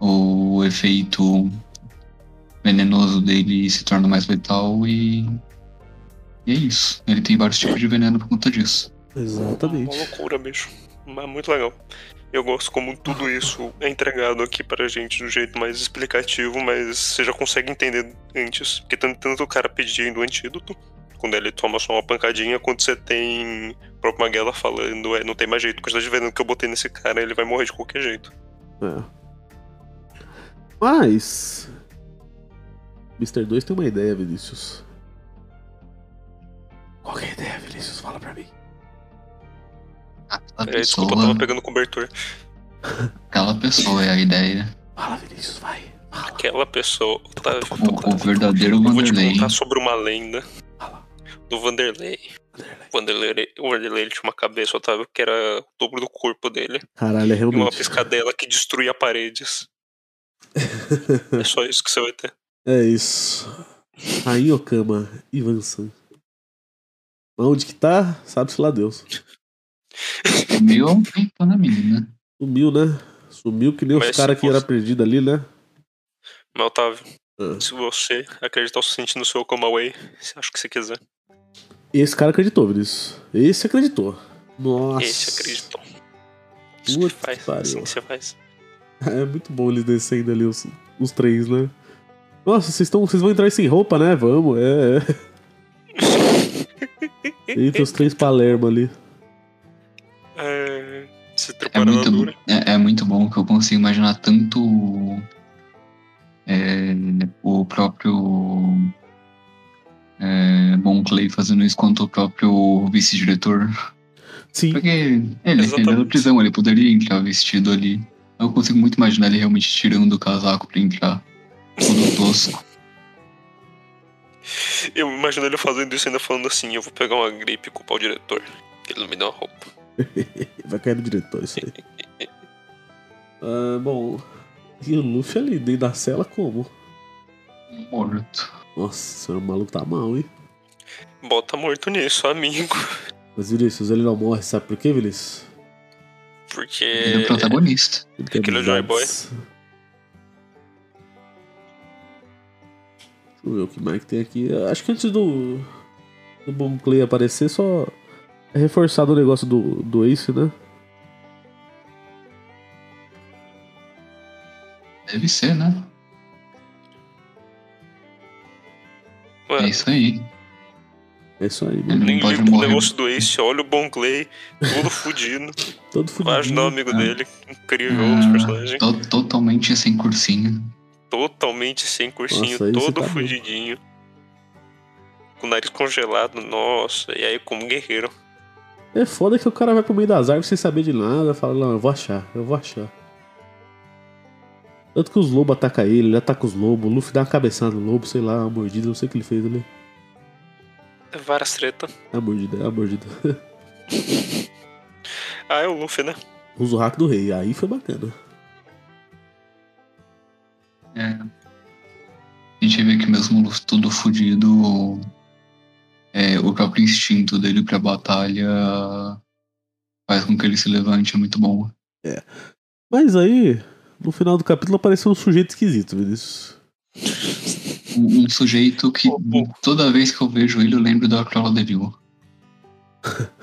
o efeito venenoso dele se torna mais letal e e é isso. Ele tem vários tipos de veneno por conta disso. Uma Exatamente. loucura, bicho. Mas é muito legal. Eu gosto como tudo isso é entregado aqui pra gente do jeito mais explicativo, mas você já consegue entender antes. Porque tanto, tanto o cara pedindo o antídoto, quando ele toma só uma pancadinha, quanto você tem o próprio Maguela falando, é, não tem mais jeito, a quantidade de veneno que eu botei nesse cara, ele vai morrer de qualquer jeito. É. Mas. Mr. 2 tem uma ideia, Vinícius. Qual que é a ideia, Vinícius? Fala pra mim. Aquela É, desculpa, eu pessoa, tava pegando cobertor. aquela pessoa é a ideia. Fala, Vinícius, vai. Aquela pessoa, Otávio, um O, o verdadeiro eu vou te Vanderlei. contar sobre uma lenda Fala. do Vanderlei. Ah Vanderlei. Wanderlei, o Wanderlei tinha uma cabeça, Otávio, que era o dobro do corpo dele. Caralho, é E uma realmente. piscadela que destruía paredes. É só isso que você vai ter. é isso. Rainha Okama, Ivan San. Onde que tá? Sabe-se lá Deus. O meu é um peito na menina. Sumiu, né? Sumiu que nem os Mas se caras que fosse- era perdido ali, né? Mas, Otávio, Ah. se você acreditar o suficiente no seu Comaway, você acha que você quiser. Esse cara acreditou, Vinícius. Esse acreditou. Nossa. Esse acreditou. Isso que Puta que faz. pariu. Assim que você faz. É muito bom eles descendo ali os, os três, né? Nossa, vocês, estão, vocês vão entrar sem roupa, né? Vamos, é. é. Eita, os três Palermo ali. É, se É preparando muito, dura. é, é muito bom que eu consigo imaginar tanto o- é, o próprio é, Bon Clay fazendo isso quanto o próprio vice-diretor. Sim, Porque ele, ele é da Exatamente. prisão, ele poderia entrar vestido ali. Eu consigo muito imaginar ele realmente tirando o casaco pra entrar. Todo tosco. Eu imagino ele fazendo isso ainda falando assim, eu vou pegar uma gripe e culpar o diretor. que Ele não me deu uma roupa. vai cair no diretor isso aí. Ah, bom. E o Luffy ali dentro da cela como? Morto. Nossa, o maluco tá mal, hein? Bota morto nisso, amigo. Mas Vinícius, ele não morre, sabe por quê, Vinícius? Ele é o Porque. protagonista. Ele quer Aquele é o Joy amizades. Deixa eu ver o que mais que tem aqui. Eu Acho que antes do, do Boom Clay aparecer, só é reforçado o negócio do, do Ace, né? Deve ser, né? Mano, É isso aí. É isso aí, mano. Ele nem não pode limpa o morrer. negócio do Ace, olha o Bon Clay, todo fudido. Todo Vai ajudar o fudido. amigo Ah. dele. Incrível Ah. os personagens. To- Totalmente sem cursinho. Totalmente sem cursinho, Nossa, aí você todo tá bom. fudidinho. Com o nariz congelado, nossa. E aí, como guerreiro. É foda que o cara vai pro meio das árvores sem saber de nada, fala, não, eu vou achar, eu vou achar. Tanto que os lobos atacam ele, ele ataca os lobos, o Luffy dá uma cabeçada no lobo, sei lá, uma mordida, não sei o que ele fez ali. Várias tretas. É a mordida, é a mordida. Ah, é o Luffy, né? Usa o hack do rei, aí foi bacana. É. A gente vê que mesmo o Luffy todo fudido, é, o próprio instinto dele pra batalha faz com que ele se levante, é muito bom. Mas aí, no final do capítulo apareceu um sujeito esquisito, Vinícius. Um, um sujeito que Ô, pô. toda vez que eu vejo ele eu lembro da Cruella de Vil,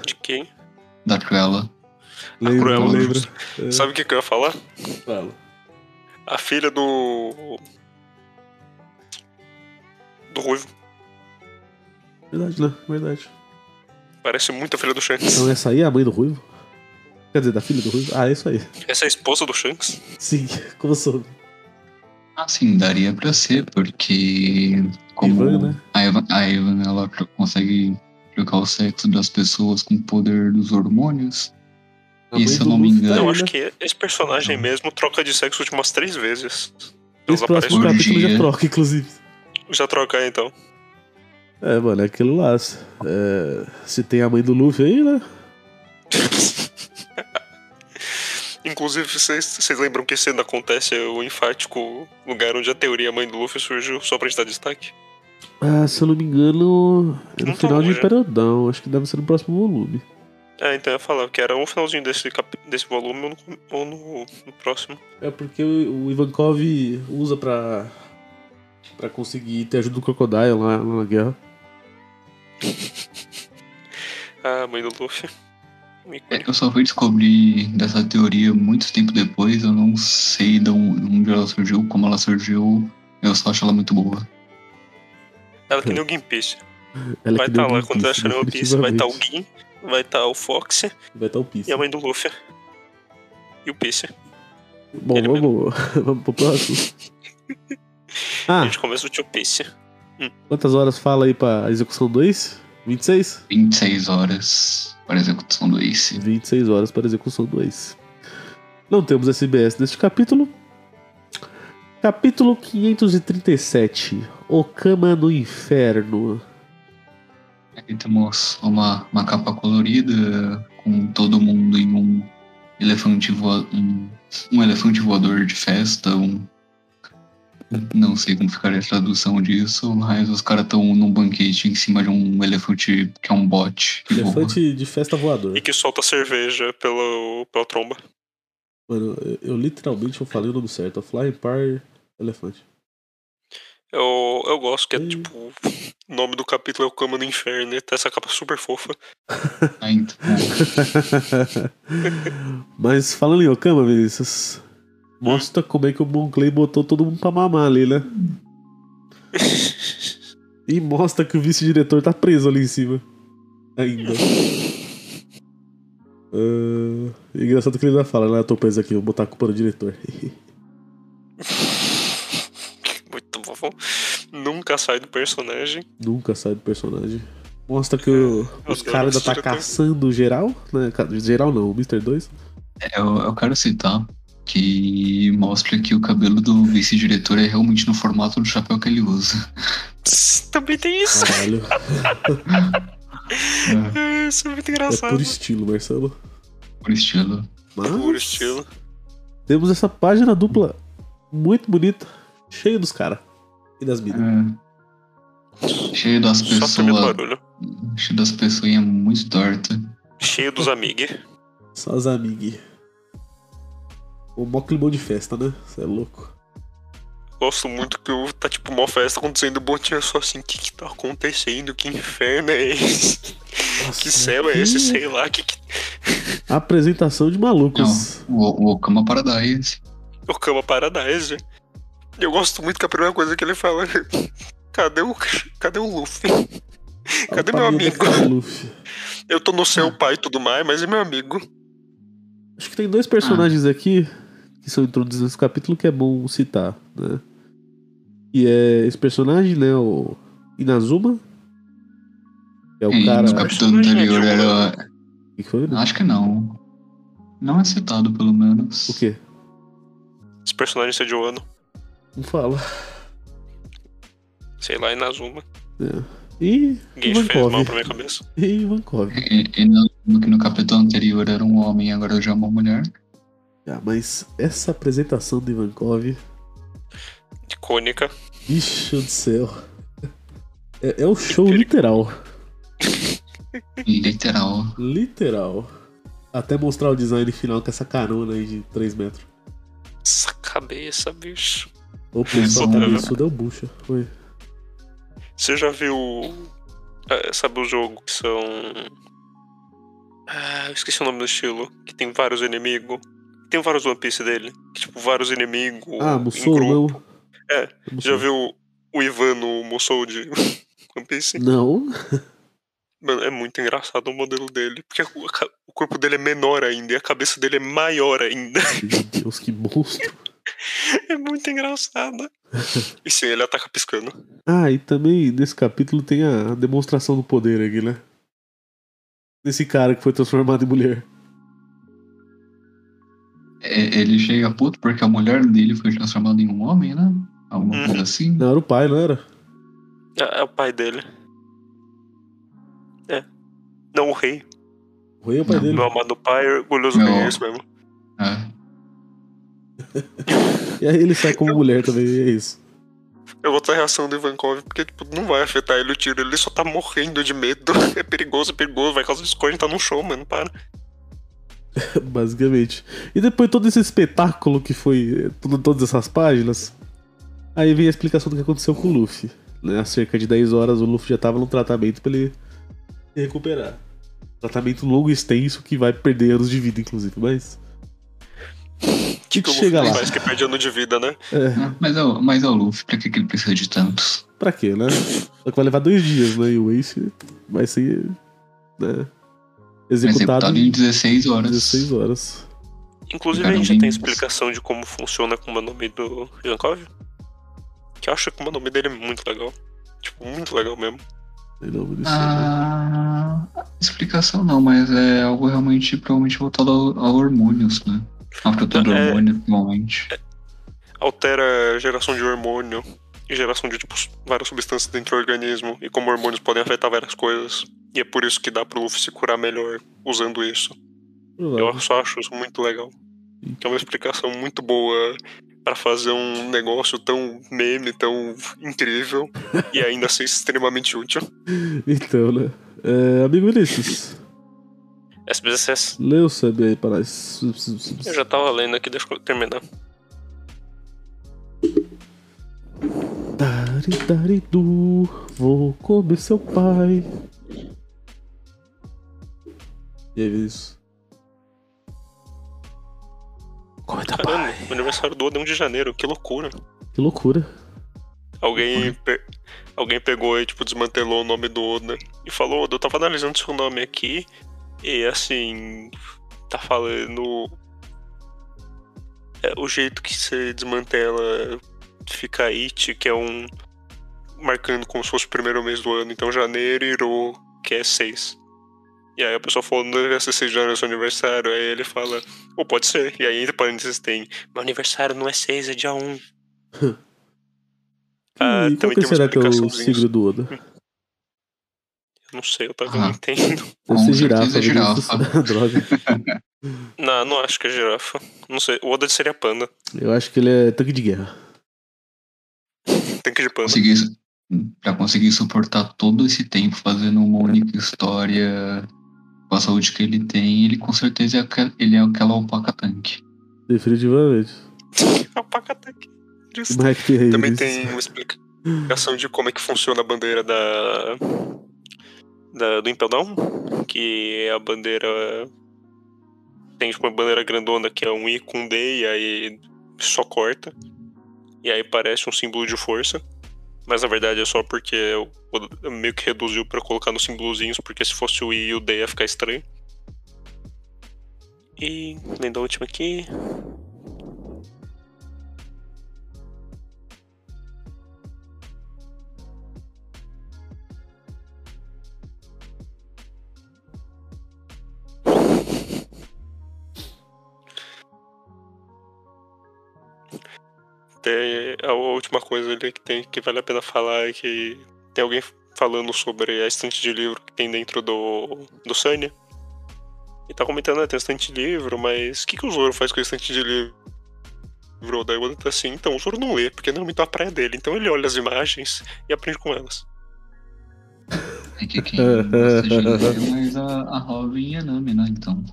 De quem? da Cruella. Cruella, lembra? É, Sabe o que que eu ia falar? fala. A filha do. Do Ruivo. Verdade, né? Verdade. Parece muito a filha do Shanks. Então essa aí é a mãe do Ruivo? Quer dizer, da filha do Ruivo? Ah, é isso aí. Essa é a esposa do Shanks? Sim, como soube. Assim, daria pra ser, porque como Ivan, né? a, Ivan, a Ivan ela tro- consegue trocar o sexo das pessoas com o poder dos hormônios, A mãe Isso do eu não me Luffy engano. aí, Eu né? acho que esse personagem mesmo troca de sexo de umas três vezes. Eles Esse próximo aparecem. aparece- capítulo já Orgia. troca, inclusive. Já trocar então. É, mano, é aquilo lá. se- é, se tem a mãe do Luffy aí, né? Inclusive, vocês vocês lembram que cena acontece o enfático lugar onde a teoria mãe do Luffy surgiu só pra gente dar destaque? Ah, se eu não me engano, é no Não tá final de longe. Imperadão. Acho que deve ser no próximo volume. É, então eu ia falar que era um finalzinho desse, cap- desse volume ou no, ou no- no próximo. É porque o o Ivankov usa pra. pra conseguir ter ajuda do Crocodile lá, lá na guerra. Ah, mãe do Luffy. Um ícone. é, Eu só fui descobrir dessa teoria muito tempo depois, eu não sei de onde ela surgiu, como ela surgiu, eu só acho ela muito boa. Ela que nem o Gimpish. Ela Vai que deu estar lá One quando Piece, eles acharem One Piece, vai estar o definitivamente. Gin, vai estar o Fox Vai estar o Piece. e a mãe do Luffy. E o Piece. Bom, ele vamos, vamos pro próximo. A Ah, gente começa o tio Piece. quantas horas fala aí pra execução 2? 26? 26 horas para a execução do Ace. 26 horas para execução 2. Não temos SBS neste capítulo. Capítulo 537. Okama no Inferno. É E temos uma, uma capa colorida com todo mundo em um elefante voa, um, um elefante voador de festa, um não sei como ficaria a tradução disso, mas os caras estão num banquete em cima de um elefante que é um bote. que voa. Elefante de festa voador. E que solta cerveja pelo, pela tromba. Mano, eu, eu literalmente eu falei o nome certo. é Flying Par Elefante. Eu, eu gosto que é Hum. tipo. O nome do capítulo é o Cama do Inferno. E tá essa capa super fofa. Ah, então, Mas falando em Okama, Vinícius, mostra como é que o Monclay botou todo mundo pra mamar ali, né? E mostra que o vice-diretor tá preso ali em cima. Ainda. Ah, engraçado que ele ainda fala, né? Eu tô preso aqui, vou botar a culpa no diretor. Muito bom. Nunca sai do personagem. Nunca sai do personagem. Mostra que o- Eu os adoro caras ainda esse tá diretor. caçando geral, né? Ca- Geral não, o Mr. 2. eu, eu quero citar que mostra que o cabelo do vice-diretor é realmente no formato do chapéu que ele usa. Tss, Também tem isso. Caralho. É, É, Isso é muito É engraçado. puro estilo, Marcelo. por estilo. Mas Puro estilo. Temos essa página dupla muito bonita, cheia dos caras e das minas. É. Cheio das Só tremendo pessoas. barulho. Cheio das pessoinhas muito torta. Cheio dos amigos. Só as amigues. O mó climão de festa, né? Você é louco. Gosto muito que o- tá tipo uma festa acontecendo. O Bontinha só assim: o que que tá acontecendo? Que inferno é esse? Nossa, né? Que céu é que esse? Sei lá. Que, que... Apresentação de malucos. O, o Okama Paradise. O Cama Paradise. Eu gosto muito que a primeira coisa que ele fala é: cadê o, cadê o Luffy? Cadê Opa, meu minha amigo? boca do né, Luffy. Eu tô no seu pai e tudo mais, mas é meu amigo. Acho que tem dois Ah. personagens aqui que são introduzidos nesse capítulo que é bom citar, né? E é esse personagem, né? O Inazuma. Que é o Sim, cara. no capítulo Personagem anterior de um- era. que foi, né? Acho que não. Não é citado, pelo menos. O quê? Esse personagem ser de Wano. Não fala. Sei lá, é Inazuma. E. Ninguém fez mal Ivankov. pra minha cabeça. E Ivankov. E, e É, não, no que no capítulo anterior era um homem, agora já é uma mulher. Ah, mas essa apresentação do Ivankov, Icônica. bicho do céu. É, é o show literal. Literal. Literal. Até mostrar o design final com essa carona aí de 3 metros. Essa cabeça, bicho. O pessoal Isso, né? cabeçudo é o bucha. Foi. Você já viu. ah, Sabe o jogo que são. Ah, eu esqueci o nome do estilo. Que tem vários inimigos. Tem vários One Piece dele. Que, tipo, vários inimigos. Ah, em Musou um grupo. não. É, Musou. Já viu o Ivan no Musou de One Piece? Não. Mano, é muito engraçado o modelo dele. Porque o ca- o corpo dele é menor ainda e a cabeça dele é maior ainda. Meu Deus, que monstro. É muito engraçado. E sim, ele ataca piscando. Ah, e também nesse capítulo tem a demonstração do poder aqui, né? Desse cara que foi transformado em mulher. E- É, ele chega puto porque a mulher dele foi transformada em um homem, né? Alguma Uhum. coisa assim. Não, era o pai, não era? É, é o pai dele. É. Não, o rei. O rei é o pai Não. dele. Meu amado pai, orgulhoso Não. rei, é isso mesmo. É. E aí ele sai como mulher também, e é isso. Eu gosto da reação do Ivankov, porque tipo, não vai afetar ele o tiro, ele só tá morrendo de medo. É perigoso, é perigoso, vai causar discórdia, tá num show, mano, para. Basicamente. E depois todo esse espetáculo que foi eh, tudo- todas essas páginas, aí vem a explicação do que aconteceu com o Luffy. Né? Há cerca de 10 horas o Luffy já tava num tratamento pra ele se recuperar. Tratamento longo e extenso que vai perder anos de vida, inclusive, mas. O que, que o chega Luffy lá? faz que perde ano de vida, né? É, Ah, assim, Mas é, o- mas é o Luffy, pra que, que ele precisa de tantos? pra quê, né? Só que vai levar dois dias, né? E o Ace vai ser. Né? Executado, Executado tá em 16 em horas. 16 horas. Inclusive, a Cara, gente já tem ninguém- explicação de como funciona com o nome do Ivankov. Que eu acho que o nome dele é muito legal. Tipo, muito legal mesmo. Em nome desse- Ah, explicação não, mas é algo realmente provavelmente voltado ao, ao hormônios, né? A fruta do É. hormônio, provavelmente. Altera a geração de hormônio. e geração de tipo, várias substâncias dentro do organismo e como hormônios podem afetar várias coisas. E é por isso que dá pro Luffy se curar melhor usando isso. Eu só acho isso muito legal. Que é uma explicação muito boa pra fazer um negócio tão meme, tão incrível e ainda ser extremamente útil. Então, né? É, amigo Vinícius, SBSS. lê o sub aí para nós. Sub, sub, sub, Eu sub. já tava lendo aqui, deixa eu terminar. Dari, dari, du, vou comer seu pai. E aí, Vinícius? Come teu Caramba, pai. o aniversário do Oda é 1 de janeiro, que loucura. Que loucura. Alguém, pe- alguém pegou e, tipo, desmantelou o nome do Oda e falou, Oda, eu tava analisando seu nome aqui e, assim, tá falando... é, o jeito que você desmantela fica It, que é um... Marcando como se fosse o primeiro mês do ano, então janeiro, Iru, que é 6. E aí a pessoa falou, não deveria ser 6 de janeiro, é seu aniversário. Aí ele fala, ou pode ser. E aí, entre parênteses, tem, meu aniversário não é 6, é dia 1. Ah, e qual que também tem uma será que é o explicaçãozinha. signo do Oda? Não sei, eu tava Ah. não entendo. Deve Com ser girafa. certeza é girafa. Vinícius. Droga. Não, não acho que é girafa. Não sei. O Oda seria panda. Eu acho que ele é tanque de guerra. Tanque de panda. conseguir su- pra conseguir suportar todo esse tempo fazendo uma única história com a saúde que ele tem, ele com certeza é aquela, ele é aquela alpaca tanque. Definitivamente. A paca tá aqui. Justo. Mas que é Também isso? tem uma explicação de como é que funciona a bandeira da, da do Impel Down, que é a bandeira tem tipo uma bandeira grandona que é um I com D e aí só corta e aí parece um símbolo de força, mas na verdade é só porque eu, eu meio que reduziu pra colocar nos símbolozinhos porque se fosse o I e o D ia ficar estranho. E lendo a última aqui, Tem a última coisa ali que, tem, que vale a pena falar é que tem alguém falando sobre a estante de livro que tem dentro do, do Sunny. E tá comentando, né, tem estante de livro, mas o que, que o Zoro faz com a estante de livro? Daí o Oda tá assim, então o Zoro não lê, porque não é muito a praia dele. Então ele olha as imagens e aprende com elas. É que quem gosta de ler é mais a, a Robin e a Nami, né? Então,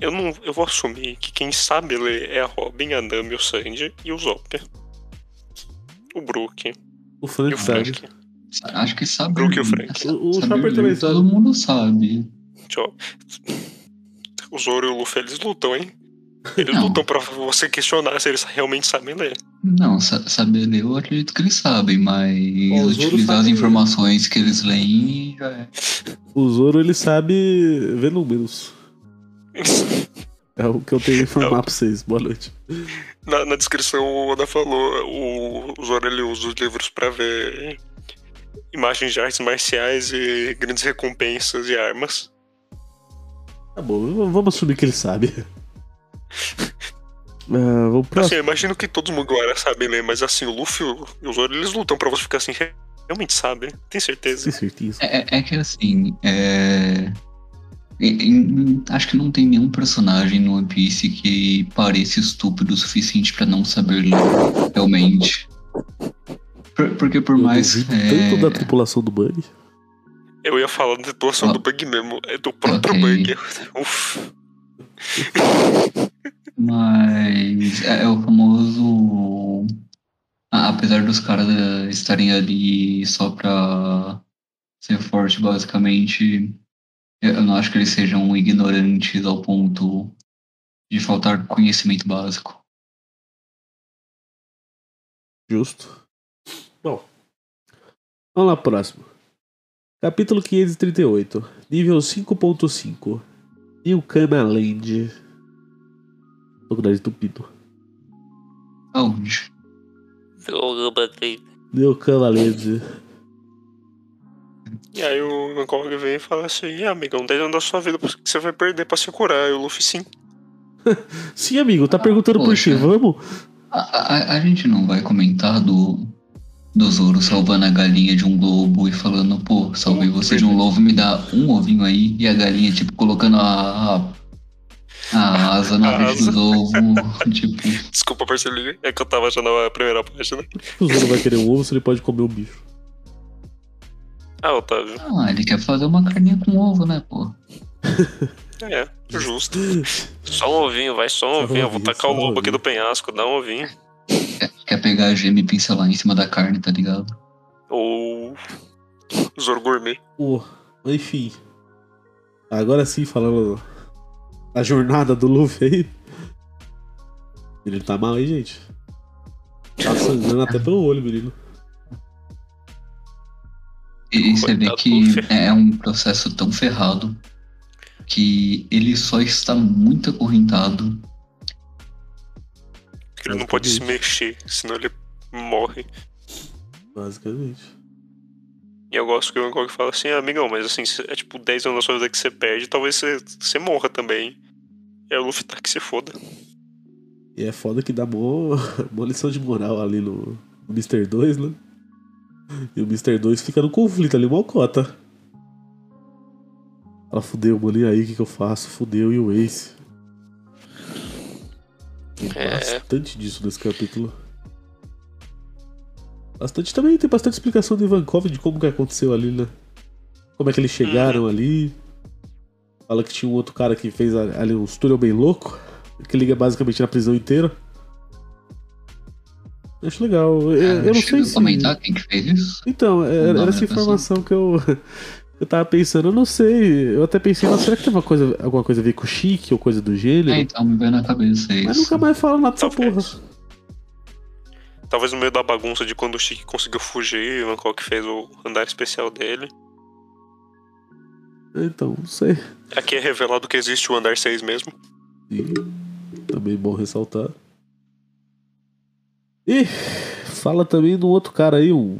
Eu não eu vou assumir que quem sabe ler é a Robin, a Nami, o Sandy e o Zop. O Brook. O E o Frank sabe. Frank. acho que sabe. Brook e o Frank. sa- O- o saber Chopper ler, também sabe. Todo mundo sabe. Tchau. O Zoro e o Luffy, eles lutam, hein? Eles Não. lutam pra você questionar se eles realmente sabem ler. Não, sa- saber ler eu acredito que eles sabem, mas Ó, o Zoro utilizar as sabe ler. informações que eles leem já é. O Zoro ele sabe ver números. É o que eu tenho que informar pra vocês. Boa noite. Na, na descrição, o Oda falou: o, o Zoro ele usa os livros pra ver imagens de artes marciais e grandes recompensas e armas. Tá bom, v- vamos assumir que ele sabe. Ah, vamos pra. Assim, eu imagino que todos os Mugiwara sabem ler, mas assim, o Luffy e o Zoro eles lutam pra você ficar assim: realmente sabe, tem certeza. Tem certeza. É, é- é que assim, é... em- em- acho que não tem nenhum personagem no One Piece que pareça estúpido o suficiente pra não saber ler realmente. Por- porque por Eu mais. duvido é, tanto da tripulação do Bug. Eu ia falar da situação Ó. do bug mesmo, é do próprio Ok. bug. Uf. Mas é, é o famoso. a- Apesar dos caras eh, estarem ali só pra ser forte, basicamente, eu eu não acho que eles sejam ignorantes ao ponto de faltar conhecimento básico. Justo. Bom. Vamos lá pro próximo. Capítulo 538. Nível 5.5. New Cana Land. Tô com o nariz entupido. Aonde? New Cana Land. E aí o Ankog vem e fala assim, "E, amigão, 10 anos da sua vida que você vai perder pra se curar. E o Luffy, sim. Sim, amigo, tá perguntando por ti. Ah, poxa. Vamos? A, a- a gente não vai comentar do, do Zoro salvando a galinha de um globo e falando, pô, salvei você de um lobo, me dá um ovinho aí, e a galinha, tipo, colocando a, a, a asa na A frente asa. dos ovos, tipo, Desculpa, Marcelinho, é que eu tava já na primeira página. que o Zoro vai querer um ovo se ele pode comer um bicho? Ah, Otávio. ah, ele quer fazer uma carninha com ovo, né, pô? É, justo. Só um ovinho, vai, só Só um um ovinho. Eu vou ovinho, tacar o só um lobo aqui ovinho. do penhasco, dá um ovinho. Quer, quer pegar a gema e pincelar em cima da carne, tá ligado? Ou. Zoro Gourmet. Pô, enfim. Agora sim, falando da jornada do Luffy aí. Ele tá mal aí, gente. Tá sangrando até pelo olho, menino. E, e você vê Coitado do que é um processo tão ferrado que ele só está muito acorrentado Ele não pode se mexer, senão ele morre. Basicamente. E eu gosto que o Angkor fala assim, ah, amigão, mas assim, cê- é tipo 10 anos da sua vida que você perde, talvez você, você morra também. E aí o Luffy tá que se foda. E é foda que dá mó, mó lição de moral ali no, no Mr. 2, né? E o Mr. 2 fica no conflito ali, mó cota. Ela fudeu, mano, e aí o que, que eu faço? Fudeu e o Ace. Tem É. bastante disso nesse capítulo. Bastante também, tem bastante explicação do Ivankov de como que aconteceu ali, né? Como é que eles chegaram ali. Fala que tinha um outro cara que fez a- ali um túnel bem louco. Que liga basicamente na prisão inteira. Acho legal. É, Eu, eu não Chega sei a se. comentar quem que fez isso? Então, era, dá, era né, essa pessoal? informação que eu, eu tava pensando. Eu não sei. Eu até pensei, mas será que tem uma coisa, alguma coisa a ver com chique ou coisa do gênero? É, então me veio na cabeça isso. mas nunca mais fala nada dessa Talvez. porra. Talvez no meio da bagunça de quando o Chique conseguiu fugir, o Hancock fez o andar especial dele. Então, não sei. Aqui é revelado que existe o andar 6 mesmo. E também bom ressaltar. E fala também do outro cara aí, um.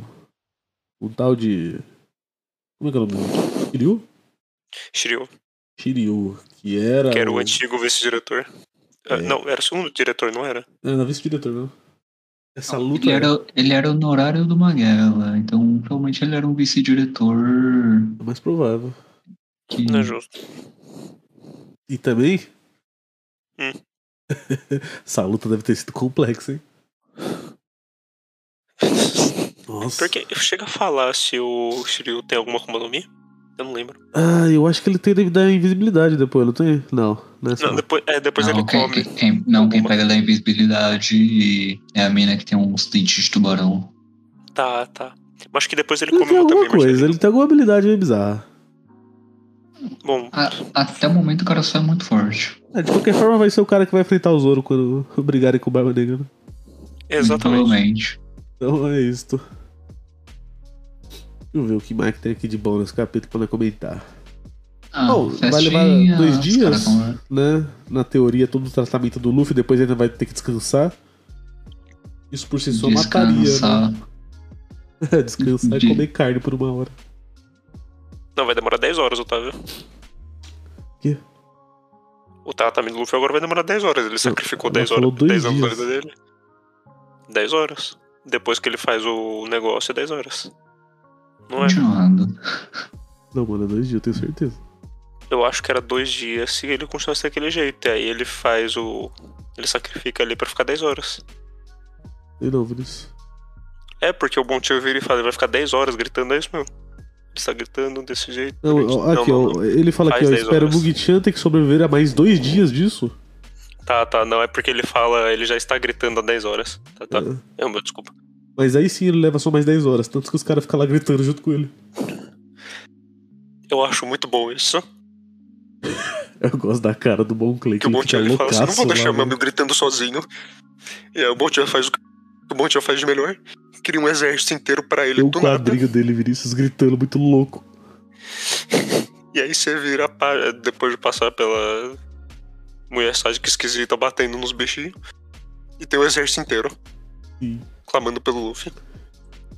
Um tal de. Como é que é o nome dele? Shiryu? Shiryu, Shiryu, que era. que era o antigo vice-diretor. Ah. Ah, É. Não, era o segundo diretor, não era? Era vice-diretor, não. Essa Ah, luta. é Ele era, ele era honorário do Maguela, então provavelmente ele era um vice-diretor É mais provável. que. Não é justo. E também. Hum. Essa luta deve ter sido complexa, hein? Nossa. Porque chega a falar se o Shiryu tem alguma Kumanomia? Eu não lembro. Ah, eu acho que ele tem deve dar invisibilidade depois, não tem? Não, não é essa Não, depois, é, depois não, ele quem, come. quem- quem- não, quem Alguma. pega da invisibilidade é a mina que tem uns dentes de tubarão. Tá, tá. Mas acho que depois ele Ele tem comeu alguma também, coisa, Marcelinho. ele tem alguma habilidade meio bizarra. Bom, Ah, A- até o momento o cara só é muito forte. É, de qualquer forma, vai ser o cara que vai enfrentar o Zoro quando brigarem com o Barba Negra. né? exatamente. Provavelmente. Então é isto. Deixa eu ver o que mais que tem aqui de bom nesse capítulo pra nós comentar. Ah, Bom, vai festinha, levar dois os dias? caras tão- Né? Na teoria, todo o tratamento do Luffy, depois ainda vai ter que descansar. Isso por si só mataria, Descansar. né? descansar e De- comer carne por uma hora. Não, vai demorar 10 horas, Otávio. Quê? O tratamento do Luffy agora vai demorar 10 horas. Ele sacrificou ela 10 horas, falou dois 10 anos da dias. vida dele. 10 horas. Depois que ele faz o negócio, é 10 horas. Não é? Continuando. Não, mano, é dois dias, eu tenho certeza. Eu acho que era dois dias se ele continuasse daquele jeito. E aí ele faz o. Ele sacrifica ali pra ficar 10 horas. Eu não, Vinícius. É, porque o bom tio vira e fala, ele vai ficar 10 horas gritando, é isso mesmo. Ele está gritando desse jeito. Não, ó, aqui, não, ó, ele fala Faz aqui, ó, 10 espera o horas. Bugichan ter que sobreviver a mais dois dias disso. Tá, tá, não, é porque ele fala, ele já está gritando há 10 horas. Tá, tá. É, meu, desculpa. Mas aí sim ele leva só mais 10 horas, tanto que os caras ficam lá gritando junto com ele. Eu acho muito bom isso. Eu gosto da cara do Bon Clay, Que o ele Bom fica Tio ele fala assim, não vou loucaço deixar lá, meu né? amigo gritando sozinho. E aí o Bom Tio faz o que o Bom Tio faz de melhor. Cria um exército inteiro pra ele Tem um do nada. quadrinho dele, Vinícius, gritando muito louco. E aí você vira a pá- depois de passar pela mulher sádica esquisita batendo nos bichinhos. E tem um exército inteiro. Sim. Clamando pelo Luffy.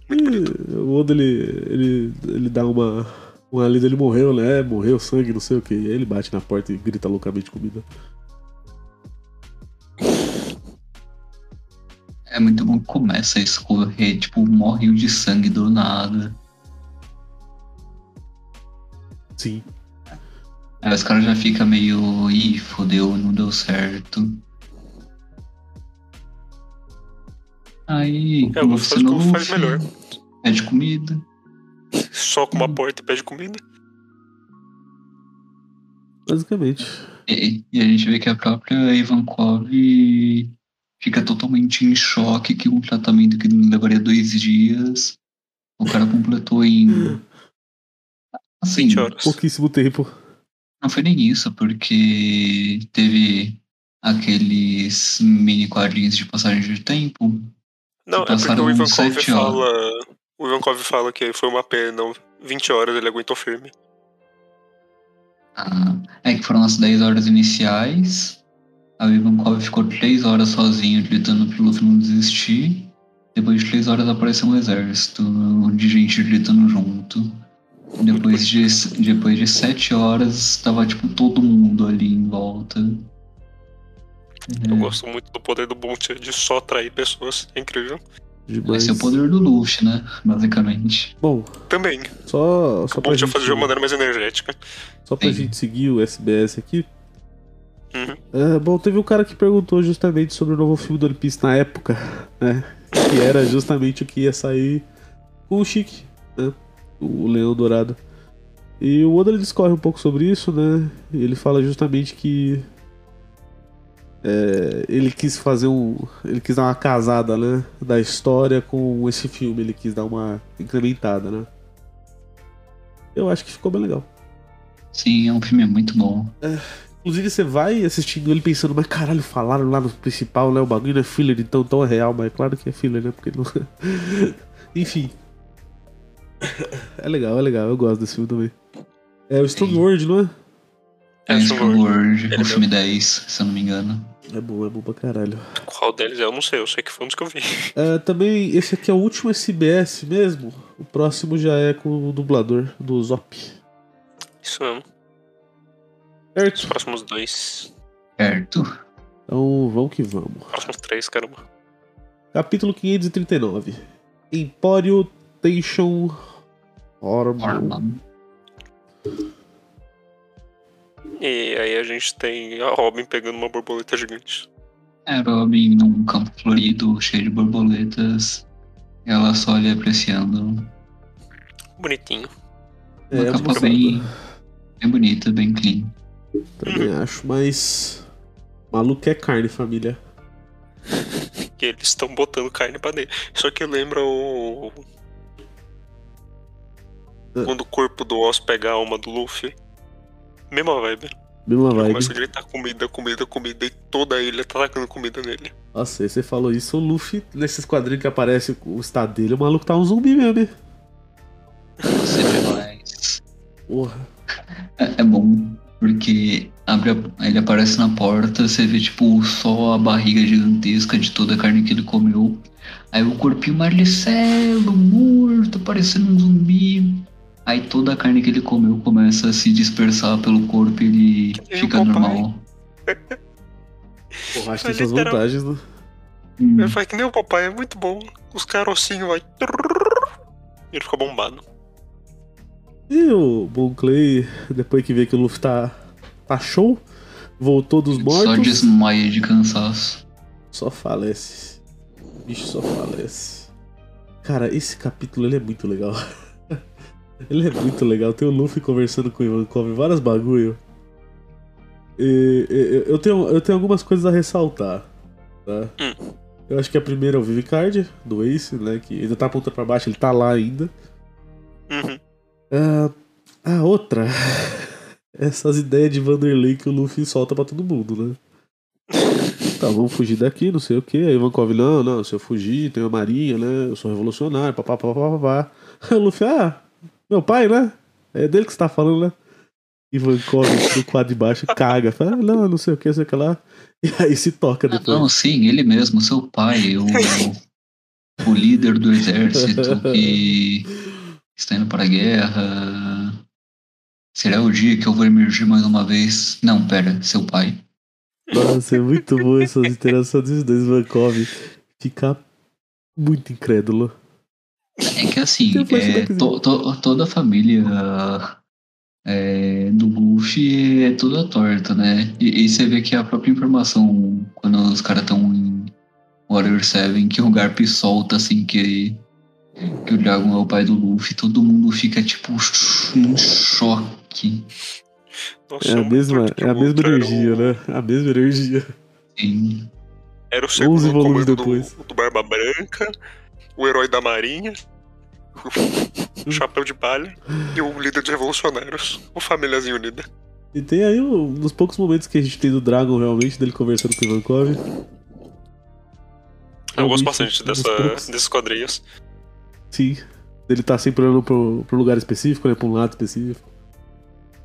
Muito bonito. E É, o Oda, ele, ele, ele dá uma... Uma lida, ele morreu, né? Morreu, sangue, não sei o que. Aí ele bate na porta e grita loucamente comida. É muito bom que começa a escorrer, tipo, morre rio de sangue do nada. Sim. Aí os caras já ficam meio. Ih, fodeu, não deu certo. Aí. É, o você Gustavo não faz melhor. Pede comida. Só com uma porta e pede comida. Basicamente. E, e a gente vê que a própria Ivankov fica totalmente em choque que um tratamento que levaria dois dias, o cara completou em. Assim, 20 horas. Pouquíssimo tempo. não foi nem isso, porque teve aqueles mini quadrinhos de passagem de tempo. Não, é porque passaram o Ivankov tá sete horas. fala. O Ivankov fala que foi uma pena. 20 horas ele aguentou firme. Ah, é que foram as 10 horas iniciais. A Ivankov ficou 3 horas sozinho gritando pro Luffy não desistir. Depois de 3 horas apareceu um exército de gente gritando junto. Depois de, depois de 7 horas tava tipo todo mundo ali em volta. Eu Hum. É, gosto muito do poder do Bunch de só atrair pessoas. É incrível. Demais. Esse é o poder do Luffy, né? Basicamente. Bom, Também. só, só O pra Bunch gente... fazer de uma maneira mais energética. Só pra Sim. gente seguir o SBS aqui. Uhum. É, bom, teve um cara que perguntou justamente sobre o novo filme do One Piece na época, né? Que era justamente o que ia sair com o Chique, né? O Leão Dourado. E o Oda ele discorre um pouco sobre isso, né? Ele fala justamente que. é, ele quis fazer um. Ele quis dar uma casada, né? Da história com esse filme. Ele quis dar uma incrementada, né? Eu acho que ficou bem legal. Sim, é um filme muito bom. Inclusive, você vai assistindo ele pensando, mas caralho, falaram lá no principal, né? O bagulho não é filler, então, então é real, mas é claro que é filler, né? Porque não. Enfim. É legal, é legal, eu gosto desse filme também. É o Strong Sim. World, não é? É, É, esse Strong World, Ele o filme 10, se eu não me engano. É bom, é bom pra caralho. Qual deles é? Eu não sei. Eu sei que foi um dos que eu vi. É, também, esse aqui é o último SBS mesmo. O próximo já é com o dublador do Zop. Isso mesmo. Os Certo? próximos dois. Certo. Então, vamos que vamos. Próximos três, caramba. Capítulo 539: Empório Tension Hormon. Orlando. E aí a gente tem a Robin pegando uma borboleta gigante. É, Robin num campo florido, cheio de borboletas. Ela só olha apreciando. Bonitinho. Uma É, eu capa gosto. bem, bem bonita, bem clean. Também acho, mas. Maluco é carne, família. Que eles estão botando carne pra dentro. Só que lembra o. Ah. Quando o corpo do Oz pega a alma do Luffy. Mesma vibe. Mesma vibe. Começa a gritar comida, comida, comida. E toda a ilha tá tacando comida nele. Nossa, aí você falou isso, o Luffy, nesses quadrinhos que aparece o estado dele, o maluco tá um zumbi mesmo, hein? Você vê mais. Porra. É, é bom, porque abre a- ele aparece na porta, você vê tipo só a barriga gigantesca de toda a carne que ele comeu. Aí o corpinho marlicelo, morto, parecendo um zumbi. Aí toda a carne que ele comeu começa a se dispersar pelo corpo e ele nem o fica Popeye. normal. Porra, acho que tem É suas literal. vantagens, né? Hum. Ele faz que nem o papai, é muito bom. Os carocinhos vai. E ele fica bombado. E o Bon Clay, depois que vê que o Luffy tá, tá show, voltou dos Só mortos, só, desmaia de cansaço. falece. O bicho só falece. Cara, esse capítulo ele é muito legal. ele é muito legal. Tem o Luffy conversando com o Ivankov, vários bagulho. E, e- eu- eu, tenho, eu tenho algumas coisas a ressaltar. Tá? Hum. Eu acho que a primeira é o Vivicard, do Ace, né? Que ainda tá apontando pra baixo, ele tá lá ainda. Uhum. Ah, a outra. Essas ideias de Vanderlei que o Luffy solta pra todo mundo, né? Tá, vamos fugir daqui, não sei o que. Aí Ivankov, não, não, se eu fugir, tenho a marinha, né? Eu sou revolucionário, papapá, papapá. Aí o Luffy, ah, meu pai, né? É dele que você tá falando, né? Ivankov do quadro de baixo caga, fala, ah, não, não sei o que, não sei o que lá. E aí se toca Ah, depois. não, sim, ele mesmo, seu pai, o, o- o líder do exército que está indo para a guerra. Será o dia que eu vou emergir mais uma vez? Não, pera, seu pai. Nossa, é muito bom essas interações dos dois, Vankov. Fica muito incrédulo. É que assim, Tem um é, flashbackzinho. to- to- toda a família é, do Luffy é toda torta, né? E, e você vê que a própria informação, quando os caras estão em Warrior 7, que o Garp solta assim que, que o Dragon é o pai do Luffy, todo mundo fica tipo num choque. Nossa, É a um mesma, torto de é a mesma outro, era um- energia, né? A mesma energia. Sim. Era o segundo 11 volumes comando depois. Do, do Barba Branca, o herói da Marinha, o Chapéu de Palha e o líder de revolucionários, o Famíliazinha Unida. E tem aí um dos poucos momentos que a gente tem do Dragon realmente, dele conversando com o Ivankov. Eu Realmente, gosto bastante um dos dessa, poucos. desses quadrinhos. Sim. Ele tá sempre olhando pro, pro lugar específico, né? Pra um lado específico.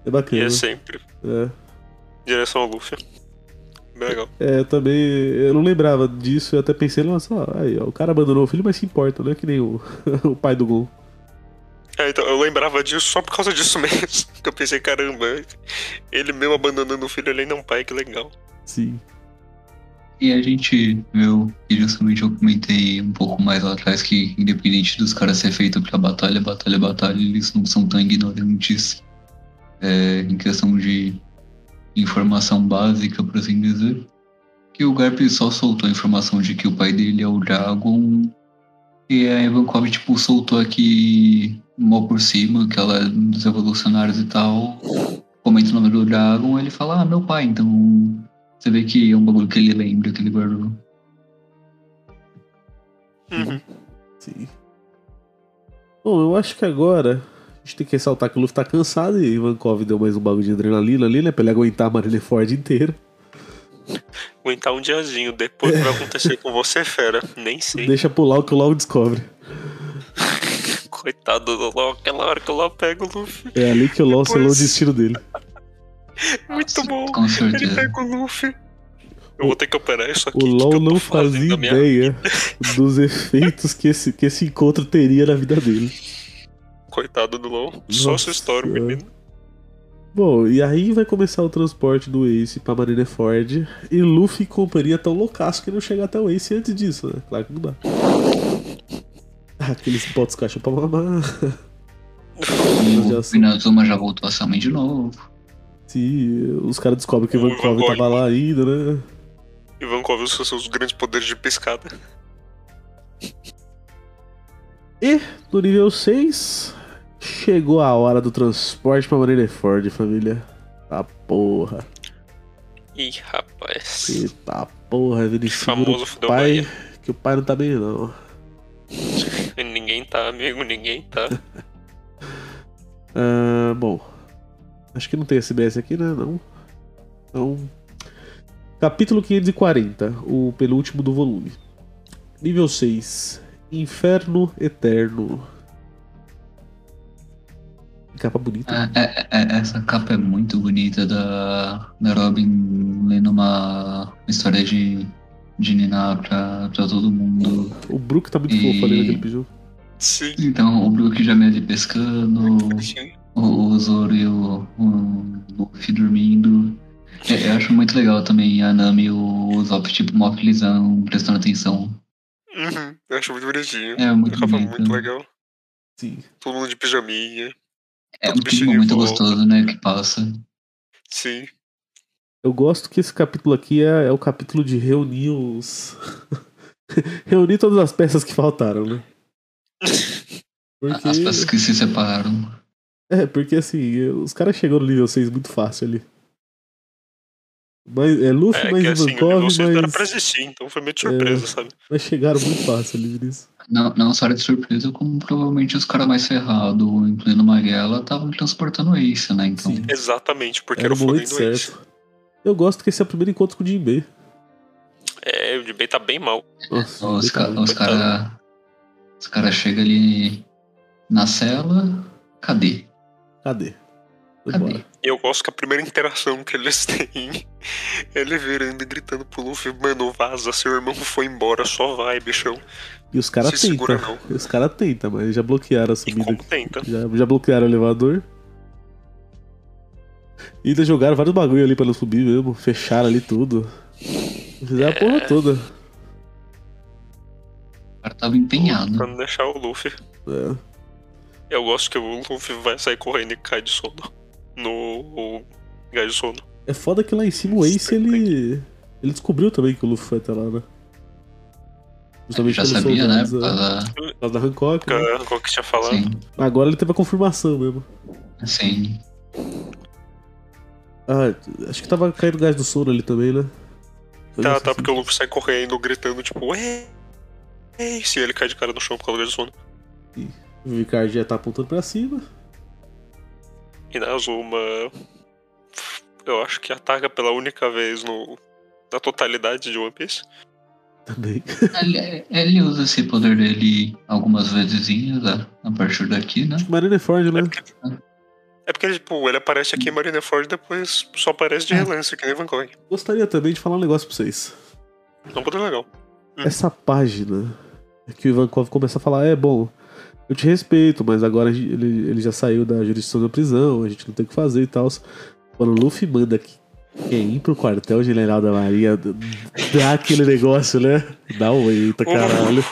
É E bacana. é sempre É. em direção ao Luffy. Bem legal. É, eu também. Eu não lembrava disso, eu até pensei, nossa, ó, aí, ó, o cara abandonou o filho, mas se importa, não é que nem o, o pai do Gon. É, então, eu lembrava disso só por causa disso mesmo. Que eu pensei, caramba, ele mesmo abandonando o filho, ele ainda é um pai, que legal. Sim. E a gente viu, e justamente eu comentei um pouco mais lá atrás, que independente dos caras ser feito pela batalha, batalha, batalha, eles não são tão ignorantes é, em questão de informação básica, por assim dizer. Que o Garp só soltou a informação de que o pai dele é o Dragon, e a Ivankov, tipo, soltou aqui mal por cima, que ela é um dos revolucionários e tal, comenta o nome do Dragon, ele fala, ah, meu pai, então você vê que é um bagulho que ele lembra, que ele guardou. Uhum. Sim. Bom, eu acho que agora a gente tem que ressaltar que o Luffy tá cansado e Ivankov deu mais um bagulho de adrenalina ali, né? Pra ele aguentar a Marineford inteira. Aguentar um diazinho, depois o que vai acontecer com você, fera. Nem sei. Deixa pular o que o LOL descobre. Coitado do LOL, aquela hora que o LOL pega o Luffy. É ali que o LOL Depois- selou o destino dele. Muito bom. Com Ele certeza. pega o Luffy. Eu vou ter que operar isso aqui. O que que LOL eu tô não fazendo fazia da minha- ideia dos efeitos que esse, que esse encontro teria na vida dele. Coitado do LOL. Só Nossa sua história, senhora. menino. Bom, e aí vai começar o transporte do Ace pra Marineford. E Luffy e companhia tão loucaço que não chega até o Ace antes disso, né? Claro que não dá. Aqueles potes caixa pra mamar. Nós já O Inazuma já voltou a ser homem de novo. Se os caras descobrem que o O Ivankov Ivankov. tava lá ainda, né? Ivankov usa seus grandes poderes de pescada. No nível 6, chegou a hora do transporte pra Marineford, família. Tá porra. Ih, rapaz. Eita porra, ele segura Famoso o fudeu pai. Bahia. Que o pai não tá bem, não. Ninguém tá, amigo, ninguém tá. Ah, bom. Acho que não tem SBS aqui, né? Não. Então. Capítulo 540, o penúltimo do volume. Nível 6. Inferno Eterno. Que Capa bonita. Ah, é- é- é- essa capa é muito bonita da, da Robin lendo uma história de, de Niná pra, pra todo mundo. O Brook tá muito E- fofo ali naquele biju. Sim. Então, o Brook já me ali pescando, bonitinho. o, o Zoro e o, o Luffy dormindo. É, eu acho muito legal também a Nami e o Zop, tipo, mó felizão, prestando atenção. Uhum, eu acho muito bonitinho. É muito Tava bonito. muito legal. Sim. Todo mundo de pijaminha. É Todo um bichinho clima muito volta. gostoso, né? Que passa. Sim. Eu gosto que esse capítulo aqui é, é o capítulo de reunir os. reunir todas as peças que faltaram, né? Porque... As peças que se separaram. É, porque assim, os caras chegou no nível 6 muito fácil ali. Mas, é Luffy, É mais que assim, o Ivankov, vocês não era pra mas, É. existir, então foi meio de surpresa, sabe? mas chegaram muito fácil ali nisso. Não, não só era de surpresa, como provavelmente os caras mais ferrados em plena Maguela estavam transportando isso, né? Então, Sim. Exatamente, porque Era era, o o momento fodendo doente. É certo. Eu gosto que esse é o primeiro encontro com o Jinbei. É, o de bem tá bem mal. Nossa, os coitado. caras os cara, os cara chegam ali na cela. Cadê? cadê? Foi Cadê? embora. E eu gosto que a primeira interação que eles têm, ele virando e gritando pro Luffy, mano, vaza, seu irmão foi embora, só vai, bichão. E os caras Se segura tentam. não. Os caras tentam, mas já bloquearam a E subida. como tenta. Já, já bloquearam o elevador. E ainda jogaram vários bagulho ali pra não subir mesmo. Fecharam ali tudo. Fizeram a porra toda. cara tava empenhado. Pra não deixar o Luffy. É. Eu gosto que o Luffy vai sair correndo e cai de sono. No. O... Cai de sono. É foda que lá em cima o Ace ele. Ele descobriu também que o Luffy foi até lá, né? Ele Justamente já pelos sabia, né? soldados, Por é, causa- por causa da Hancock. né? Cara, Qual que tinha falado? Sim, Agora ele teve a confirmação mesmo. sim. Ah, acho que tava caindo gás do sono ali também, né? assim. Eu Tá, não sei tá, se- porque o Luffy sai correndo, gritando, tipo, ei! Ei! Se ele cai de cara no chão por causa do sono. O Vicar já tá apontando pra cima. E na Azuma. Eu acho que ataca pela única vez no. Na totalidade de One Piece. Também. Ele, ele usa esse poder dele algumas vezesinhas a, a partir daqui, né? Marineford, né? É porque, tipo, ele aparece aqui em Marineford e depois só aparece de É. relance, que nem Van Gogh. Gostaria também de falar um negócio pra vocês. É um poder legal. Essa página que o Ivankov começa a falar, é bom, eu te respeito, mas agora a gente- ele, ele já saiu da jurisdição da prisão, a gente não tem o que fazer e tal. Quando o Luffy manda que quer ir pro quartel general da Marinha, d- dá aquele negócio, né? Dá um eita, caralho.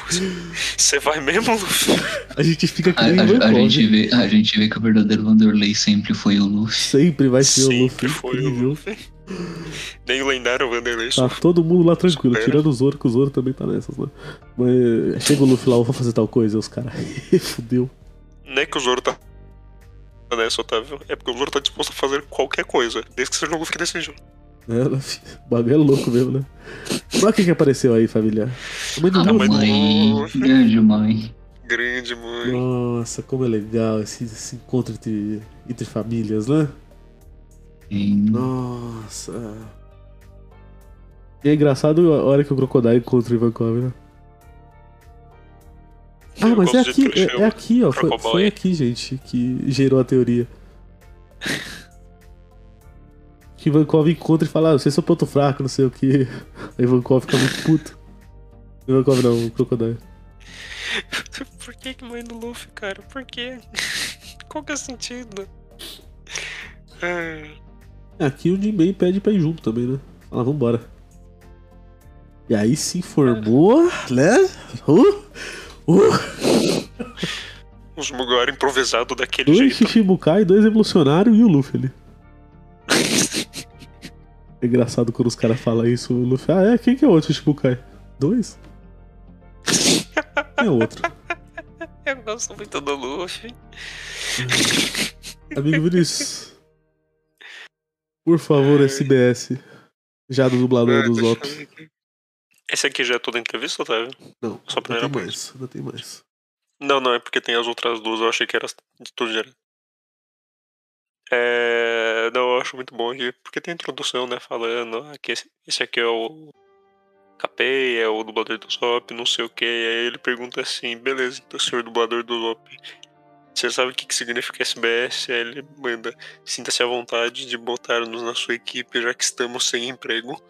Você vai mesmo, Luffy? A gente fica A, com o a- a gente Ivankov. vê, a gente vê que o verdadeiro Vanderlei sempre foi o Luffy. Sempre vai ser o Luffy. Sempre foi o incrível. Luffy. Nem o lendário Vanderlei Tá sofreu. todo mundo lá tranquilo, Espera. tirando o Zoro, que o Zoro também tá nessas, né? Mas chega o Luffy lá, eu vou fazer tal coisa, e os caras. Fudeu. Não é que o Zoro tá nessa, Otávio. É porque o Zoro tá disposto a fazer qualquer coisa, desde que seja o Luffy que decidiu. É, né, fi? o bagulho é louco mesmo, né? Olha quem que apareceu aí, família. A mãe do Ah, não, Luffy. mas- mãe, grande mãe. Grande, mãe. Nossa, como é legal esse, esse encontro entre, entre famílias, né? Sim. Nossa. E é engraçado a hora que o Crocodile encontra o Ivankov, né? Ah, Eu mas gosto é do jeito aqui, que ele é, é chama. aqui, ó. Foi, Crocoboy. foi aqui, gente, que gerou a teoria. Que Ivankov encontra e fala, ah, vocês são ponto fraco, não sei o que. Aí Ivankov fica muito puto. Ivankov não, o Crocodile. Por que que mãe do Luffy, cara? Por quê? Qual que é o sentido? Ah, É, Aqui o Jinbei pede pra ir junto também, né? Fala, vambora. E aí se informou, né? Uh, uh, Os Mugiwara improvisado daquele dois jeito. Shishibukai, dois Evolucionário e o Luffy ali. É engraçado quando os caras falam isso, o Luffy. Ah, é? Quem que é o outro Shishibukai? Dois? Quem é o outro? Eu gosto muito do Luffy. Amigo Vinícius. Por favor, SBS. Já do dublador dos Ah, deixa Ops. eu ver aqui. Esse aqui já é toda a entrevista, Otávio? Não, Só a primeira não tem parte. mais. Não tem mais. Não, não, é porque tem as outras duas, eu achei que era de tudo direto. É. Não, eu acho muito bom aqui, porque tem a introdução, né? Falando ah, que esse, esse aqui é o Capei, é o dublador do Zop, não sei o que. Aí ele pergunta assim: beleza, então senhor dublador do Zop, você sabe o que, que significa SBS? Aí ele manda: sinta-se à vontade de botar-nos na sua equipe, já que estamos sem emprego.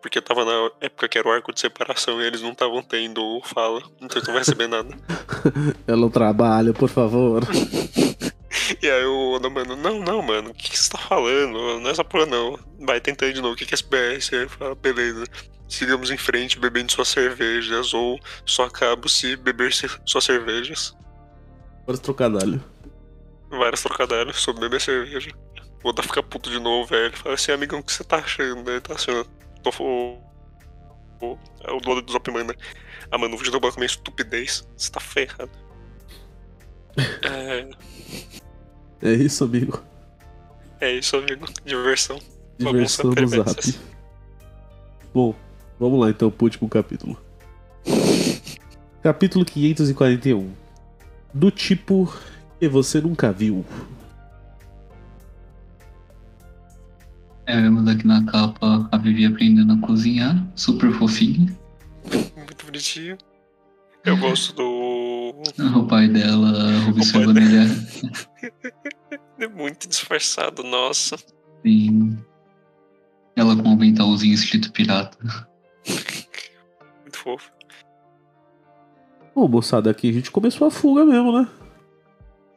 Porque tava na época que era o arco de separação e eles não estavam tendo fala, então tu não vai receber nada. Ela não trabalha, por favor. E aí o Oda mano, não, não, mano, o que, que você tá falando? Não é essa porra não. Vai tentando de novo, o que, que é SBS? Aí ele fala, beleza. Sigamos em frente bebendo suas cervejas, ou só acabo se beber ce- suas cervejas. Fora esse trocadalho. Várias trocadilhos sobre beber cerveja. O Oda fica puto de novo, velho. Ele Fala assim, amigão, o que você tá achando? Ele tá achando. Tô, f- o, o, é o do Oda do Zop manda. Ah, mano, o vídeo do banco é minha estupidez. Você tá ferrado. é, É isso, amigo. é isso, amigo. Diversão. Diversão no Bagunça zap. tremenda. Bom, vamos lá então pro último capítulo. capítulo 541. Do tipo que você nunca viu. É, vemos aqui na capa a Vivi aprendendo a cozinhar, super fofinha. Muito bonitinho. Eu gosto do. O pai dela observando dela. ele É muito disfarçado, nossa. assim. Ela com um aventalzinho escrito pirata. Muito fofo. Bom, moçada, aqui a gente começou a fuga mesmo, né?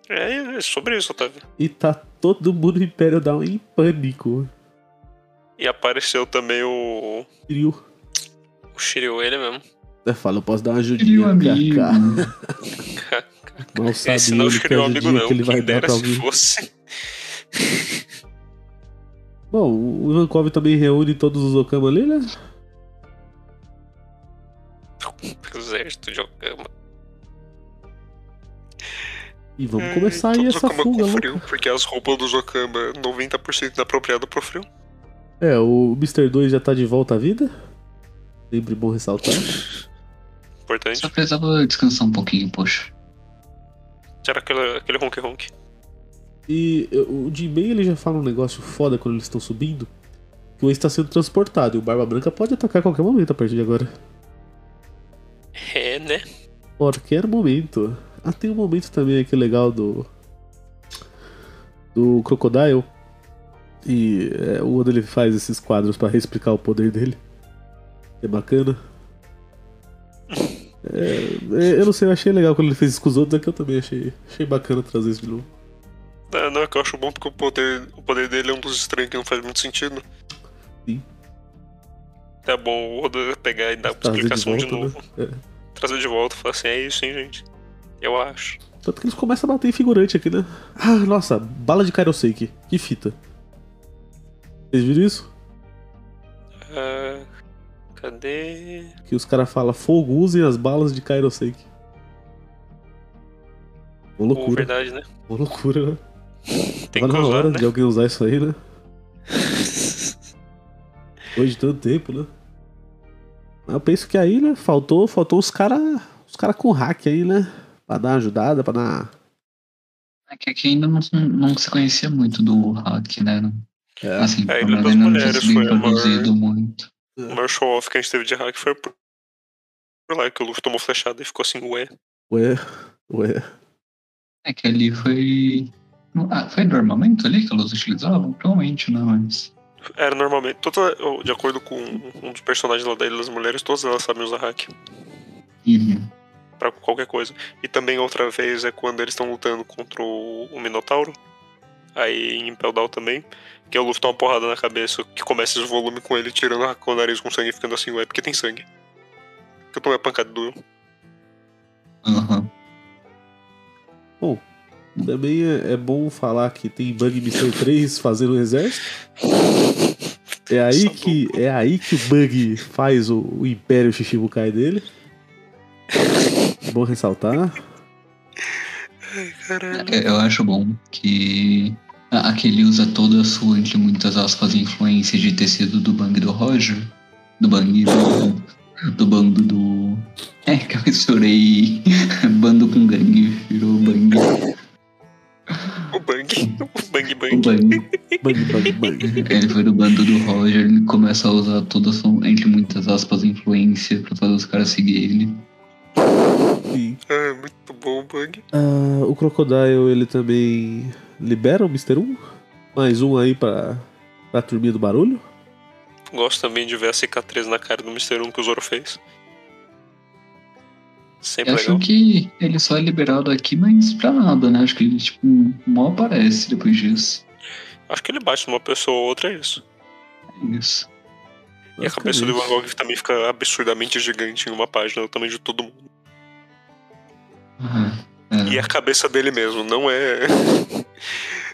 É, é sobre isso, Otávio. E tá todo mundo no Império Down em pânico. E apareceu também o. Kiryu. O Shiryu, ele mesmo. Eu falo, né, eu posso dar uma Ele é ajudinha um no amigo. KK. Mal sabe Esse não ele que é seria um amigo, ajudinha não. que ele vai Quem dar dera pra se alguém. fosse. Bom, o Ivankov também reúne todos os Okama ali, né? Exército de Okama. E É, vamos começar aí Todos essa Okama fuga, né? com frio, porque as roupas dos Okama 90% inapropriada pro frio. É, o Mr. 2 já tá de volta à vida. Sempre bom ressaltar. Importante. Só precisava descansar um pouquinho, poxa. Será aquele, aquele honk honk? E eh, o Jinbei ele já fala um negócio foda quando eles estão subindo. Que o Ace tá sendo transportado e o Barba Branca pode atacar a qualquer momento a partir de agora. É, né? Qualquer momento. Ah, tem um momento também aqui legal do. Do Crocodile. E é, o Oda ele faz esses quadros pra explicar o poder dele. É bacana. É, é, eu não sei, eu achei legal quando ele fez isso com os outros, é que eu também achei, achei bacana trazer isso de novo. Não, não, é que eu acho bom porque o poder, o poder dele é um dos estranhos que não faz muito sentido. Sim. Tá bom, o Oda pegar e dar uma Trazer de explicação de, volta, novo. né? Trazer de volta e falar assim, é isso, hein, gente? Eu acho. Tanto que eles começam a bater em figurante aqui, né? Ah, nossa, bala de Kairoseki. Que fita. Vocês viram isso? Ah, cadê? Que os caras falam fogo, usem as balas de Kairoseki. Uma Ou loucura, verdade, né? uma loucura, né? Tem Tava que na usar, hora né? de alguém usar isso aí, né? Depois de tanto tempo, né? Mas Eu penso que aí, né, faltou, faltou os caras os cara com hack aí, né? Pra dar uma ajudada, pra dar... É que aqui ainda não, não se conhecia muito do hack, né? É, Assim, É, pelo Ilha das menos não Mulheres tinha sido foi a maior- introduzido muito. O maior show-off que a gente teve de hack foi por por lá que o Luffy tomou flechada e ficou assim, ué. ué, ué. É que ali foi. Ah, foi do armamento ali que elas utilizavam? Provavelmente, né? Mas. Era normalmente, toda, de acordo com um dos personagens lá da Ilha das Mulheres, todas elas sabem usar hack Uhum. pra qualquer coisa. E também outra vez é quando eles estão lutando contra o, o Minotauro, aí em Impel Down também, que o Luffy dá uma porrada na cabeça, que começa esse volume com ele tirando a- com o nariz com sangue e ficando assim, ué, porque tem sangue. Porque eu tomei a pancada do... Aham. Também é, é bom falar que tem Bug Missão 3 fazendo o exército. É aí, Sabuco. que, é aí que o Bug faz o, o Império Shishibukai dele. Bom ressaltar. Caralho. É, Eu acho bom que. a- Aquele usa toda a sua, entre muitas aspas, influência de tecido do Bang do Roger. Do Bang do. Do Bang do. É que eu misturei bando com gangue, virou Bang. O Bang, o Bang O Bang. Bang. Bug, bug, bug. Ele foi do bando do Roger, ele começa a usar toda a sua, entre muitas aspas, influência pra fazer os caras seguir ele. Sim. Ah, muito bom o Bang. Ah, o Crocodile ele também libera o Mr. 1. Mais um aí pra, pra turminha do barulho. Gosto também de ver a cicatriz na cara do Mr. 1 que o Zoro fez. Sempre Eu acho legal. que ele só é liberado aqui, mas pra nada, né? Acho que ele, tipo, mal aparece depois disso. Acho que ele bate numa pessoa ou outra, é isso. É isso. E a cabeça do Van Basicamente. Gogh também fica absurdamente gigante em uma página, do tamanho de todo mundo. Ah, é. E a cabeça dele mesmo, não é.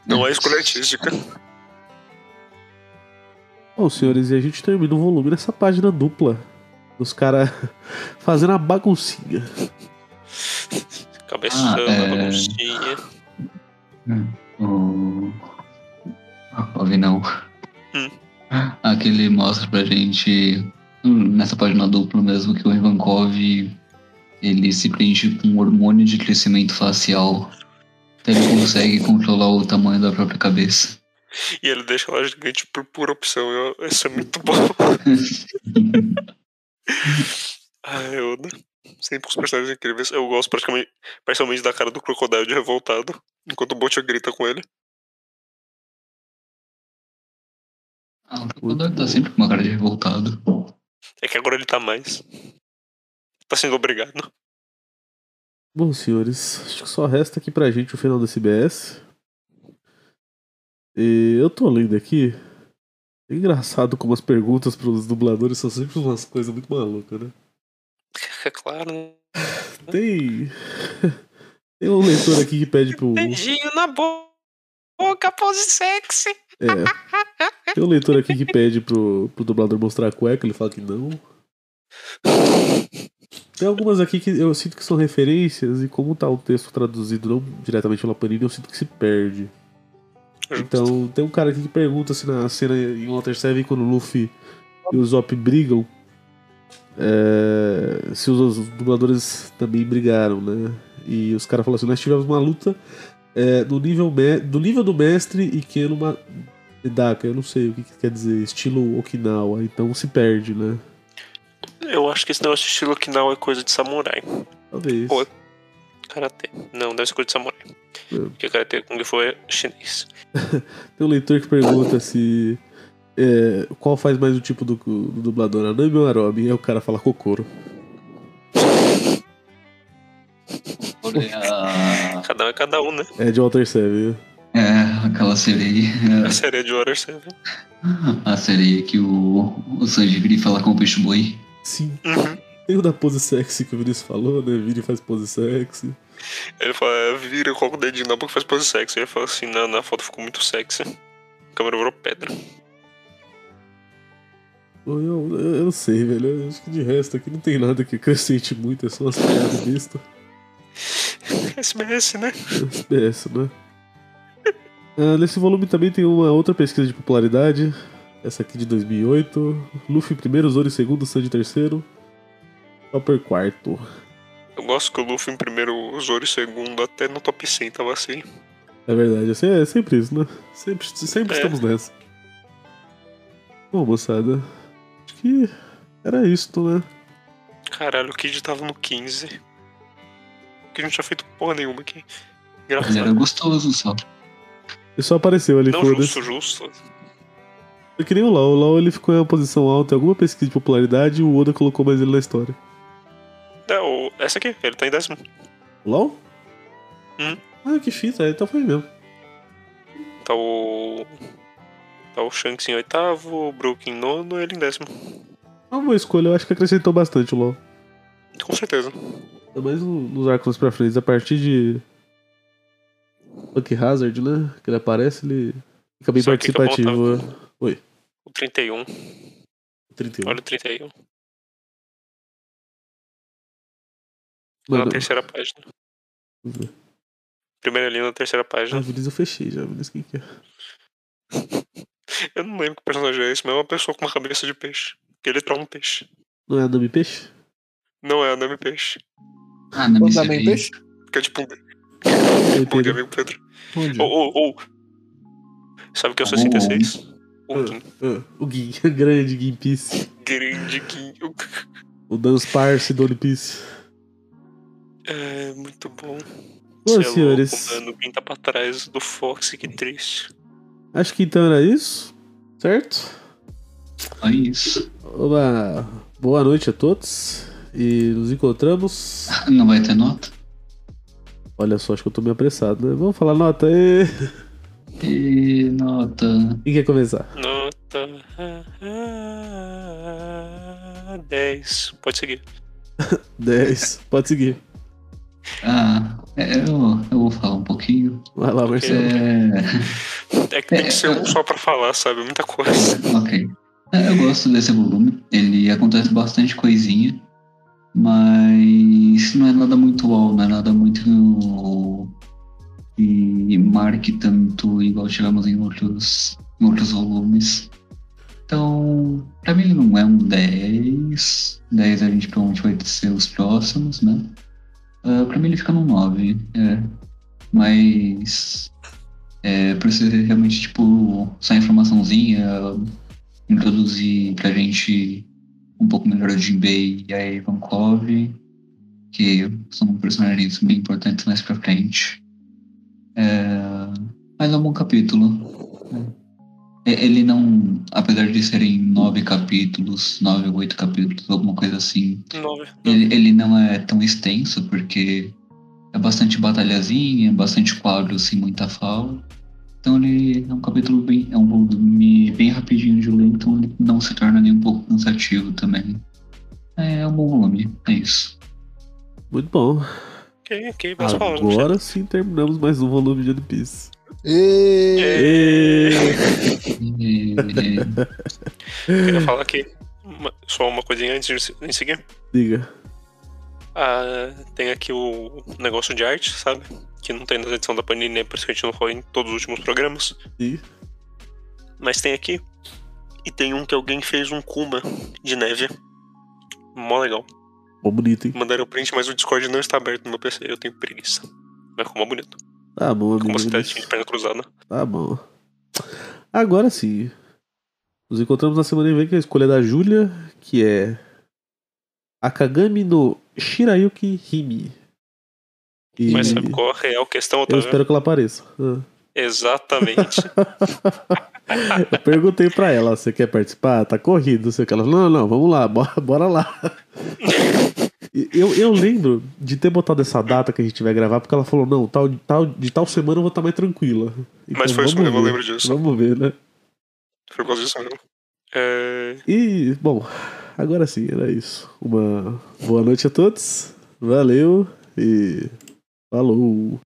Não é escolha artística. Bom, senhores, e a gente termina o volume nessa página dupla. Os caras fazendo a baguncinha. Cabeçando, Ah, é. baguncinha. O. Ouve não. Hum. Aquele mostra pra gente, hum, nessa página dupla mesmo, que o Ivankov ele se preenche com um hormônio de crescimento facial. Então ele consegue controlar o tamanho da própria cabeça. E ele deixa ela gigante por pura opção. Eu- isso é muito bom. Ai, Oda. Sempre com os personagens incríveis. Eu gosto praticamente, parcialmente da cara do Crocodile de revoltado, enquanto o Bot grita com ele. Ah, o Crocodile tá sempre com uma cara de revoltado. É que agora ele tá mais. Tá sendo obrigado. Bom, senhores, acho que só resta aqui pra gente o final do CBS. E eu tô lendo aqui. É engraçado como as perguntas pros dubladores são sempre umas coisas muito malucas, né? é claro, né? Tem. Tem um leitor aqui que pede pro. Dedinho na bo- boca, pose sexy. É. Tem um leitor aqui que pede pro, pro dublador mostrar a cueca, ele fala que não. Tem algumas aqui que eu sinto que são referências, e como tá o texto traduzido não diretamente pela Panini, eu sinto que se perde. Então, tem um cara aqui que pergunta se na cena em Water 7, quando o Luffy e o Zop brigam, é, se os, os dubladores também brigaram, né? E os caras falam assim: nós tivemos uma luta é, do, nível me- do nível do mestre e Keno Ma- Daka. Eu não sei o que, que quer dizer, estilo Okinawa. Então se perde, né? Eu acho que esse negócio de estilo Okinawa é coisa de samurai. Talvez. Pô, Karatê. Não, deve ser coisa de samurai. Hum. Porque karatê Kung Fu é chinês. Tem um leitor que pergunta se. é, qual faz mais o tipo do, do dublador, Anami ou Aromi? E aí o cara fala Kokoro. Porém, a- Cada um é cada um, né? É de Walter Seven. É, aquela sereia. A série é de Water 7. A sereia que o, o Sanji Gri fala com o peixe boi. Sim. Uhum. Tem o da pose sexy que o Vinícius falou, né? Vini faz pose sexy. Ele fala, "É, vira, coloca o dedinho na boca e faz pose sexy. Ele fala assim, na, na foto ficou muito sexy. A câmera virou pedra. Eu, eu, eu não sei, velho. Eu acho que de resto aqui não tem nada que acrescente muito, é só umas piadas besta. SBS, né? FPS, né? Ah, nesse volume também tem uma outra pesquisa de popularidade. Essa aqui de 2008. Luffy em primeiro, Zoro em segundo, Sanji em terceiro. Chopper quarto. Eu gosto que o Luffy em primeiro, o Zoro em segundo, até no top 100 tava assim. É verdade, assim, é sempre isso, né? Sempre, sempre É. estamos nessa. Bom, moçada, acho que era isso, né? Caralho, o Kid tava no 15. Que a gente tinha feito porra nenhuma aqui. Mas era um Engraçado. gostoso só. Ele só apareceu ali, Não, foda-se. justo, justo. Eu queria É o LoL. O LoL ele ficou em uma posição alta em alguma pesquisa de popularidade e o Oda colocou mais ele na história. Não, É, o- essa aqui, ele tá em décimo. LoL? Hum. Ah, que fita, então foi mesmo. Tá o. Tá o Shanks em oitavo, o Brook em nono, ele em décimo. É Uma boa escolha, eu acho que acrescentou bastante o LoL. Com certeza. Ainda mais no- nos arcos pra frente, a partir de. Punk Hazard, né? Que ele aparece, ele fica bem Sabe o que que é bom, participativo. né? O 31. 31. Olha o 31. Tá Mano, na terceira página. Uhum. Primeira linha na terceira ah, página. Vinícius, eu fechei já, Vinícius, quem que é? Eu não lembro que personagem é esse, mas é uma pessoa com uma cabeça de peixe. Que ele toma um peixe. Não é a Nami Peixe? Não é a Nami Peixe. Ah, na Quando minha dá bem sereia. peixe? Que é tipo um Eu bug, entendo. amigo Pedro. Onde? Ou, ou, ou. Sabe o que é o Ou, 66? ou. O Gin. Ah, o Gin, grande Gin Piece. Grande Gin. O- O Dance Parse do One Piece. É, muito bom. Bom, Cê é senhores. Louco, mano, quem tá pra trás do Fox, que triste. Acho que então era isso, certo? É isso. Uma boa noite a todos e nos encontramos. Não vai ter nota? Olha só, acho que eu tô meio apressado, né? Vamos falar nota aí. E nota. Quem quer começar? Nota ah, ah, 10. Pode seguir. 10. Pode seguir. Ah, é, eu, eu vou falar um pouquinho. Vai lá, Marcelo. É, É que tem que ser um só pra falar, sabe? Muita coisa. ok. É, Eu gosto desse volume. Ele acontece bastante coisinha, mas não é nada muito wow, não é nada muito que marque tanto igual chegamos em outros, em outros volumes. Então, pra mim ele não é um 10. 10 a gente provavelmente vai ser os próximos, né? Ah, pra mim ele fica no 9, é. Mas é, pra você realmente, tipo, só informaçãozinha, introduzir pra gente um pouco melhor o Jinbei e a Ivankov, que são personagens bem importantes mais pra frente. É, mas é um bom capítulo. É, Ele não, apesar de serem nove capítulos, nove ou oito capítulos, alguma coisa assim, 9. ele, ele não é tão extenso, porque é bastante batalhazinha, bastante quadro sem muita fala. Então ele é um capítulo bem. é um volume bem rapidinho de ler, então ele não se torna nem um pouco cansativo também. É, É um bom volume, é isso. Muito bom. Ok, ok, mas falando. Agora sim terminamos mais um volume de One Piece. E... É, E... E- é, e- Eu queria falar aqui uma- só uma coisinha antes de se- de seguir. Diga. Ah, tem aqui o negócio de arte, sabe? Que não tem na edição da Panini, é por isso que a gente não foi em todos os últimos programas. Sim. Mas tem aqui. E tem um que alguém fez um Kuma de neve. Mó legal. Bom, bonito, hein? Mandaram o print, mas o Discord não está aberto no meu PC, eu tenho preguiça. Mas ficou mó bonito. Tá bom, amigo. Como você tá de perna cruzada. Tá bom. Agora sim. Nos encontramos na semana que vem com a escolha da Júlia, que é Akagami no Shirayuki Himi. E Mas sabe qual a real questão, eu Otávio? espero que ela apareça. Ah. Exatamente. Eu perguntei pra ela, você quer participar? Tá corrido, não sei o que. Ela falou, não, não, vamos lá, bora, bora lá. E Eu, eu lembro de ter botado essa data que a gente vai gravar, porque ela falou, não, tal, tal, de tal semana eu vou estar mais tranquila. Então mas foi isso vamos mesmo, eu ver. lembro disso. Vamos ver, né? Foi por causa disso mesmo. É, E, bom, agora sim, era isso. Uma boa noite a todos. Valeu e falou!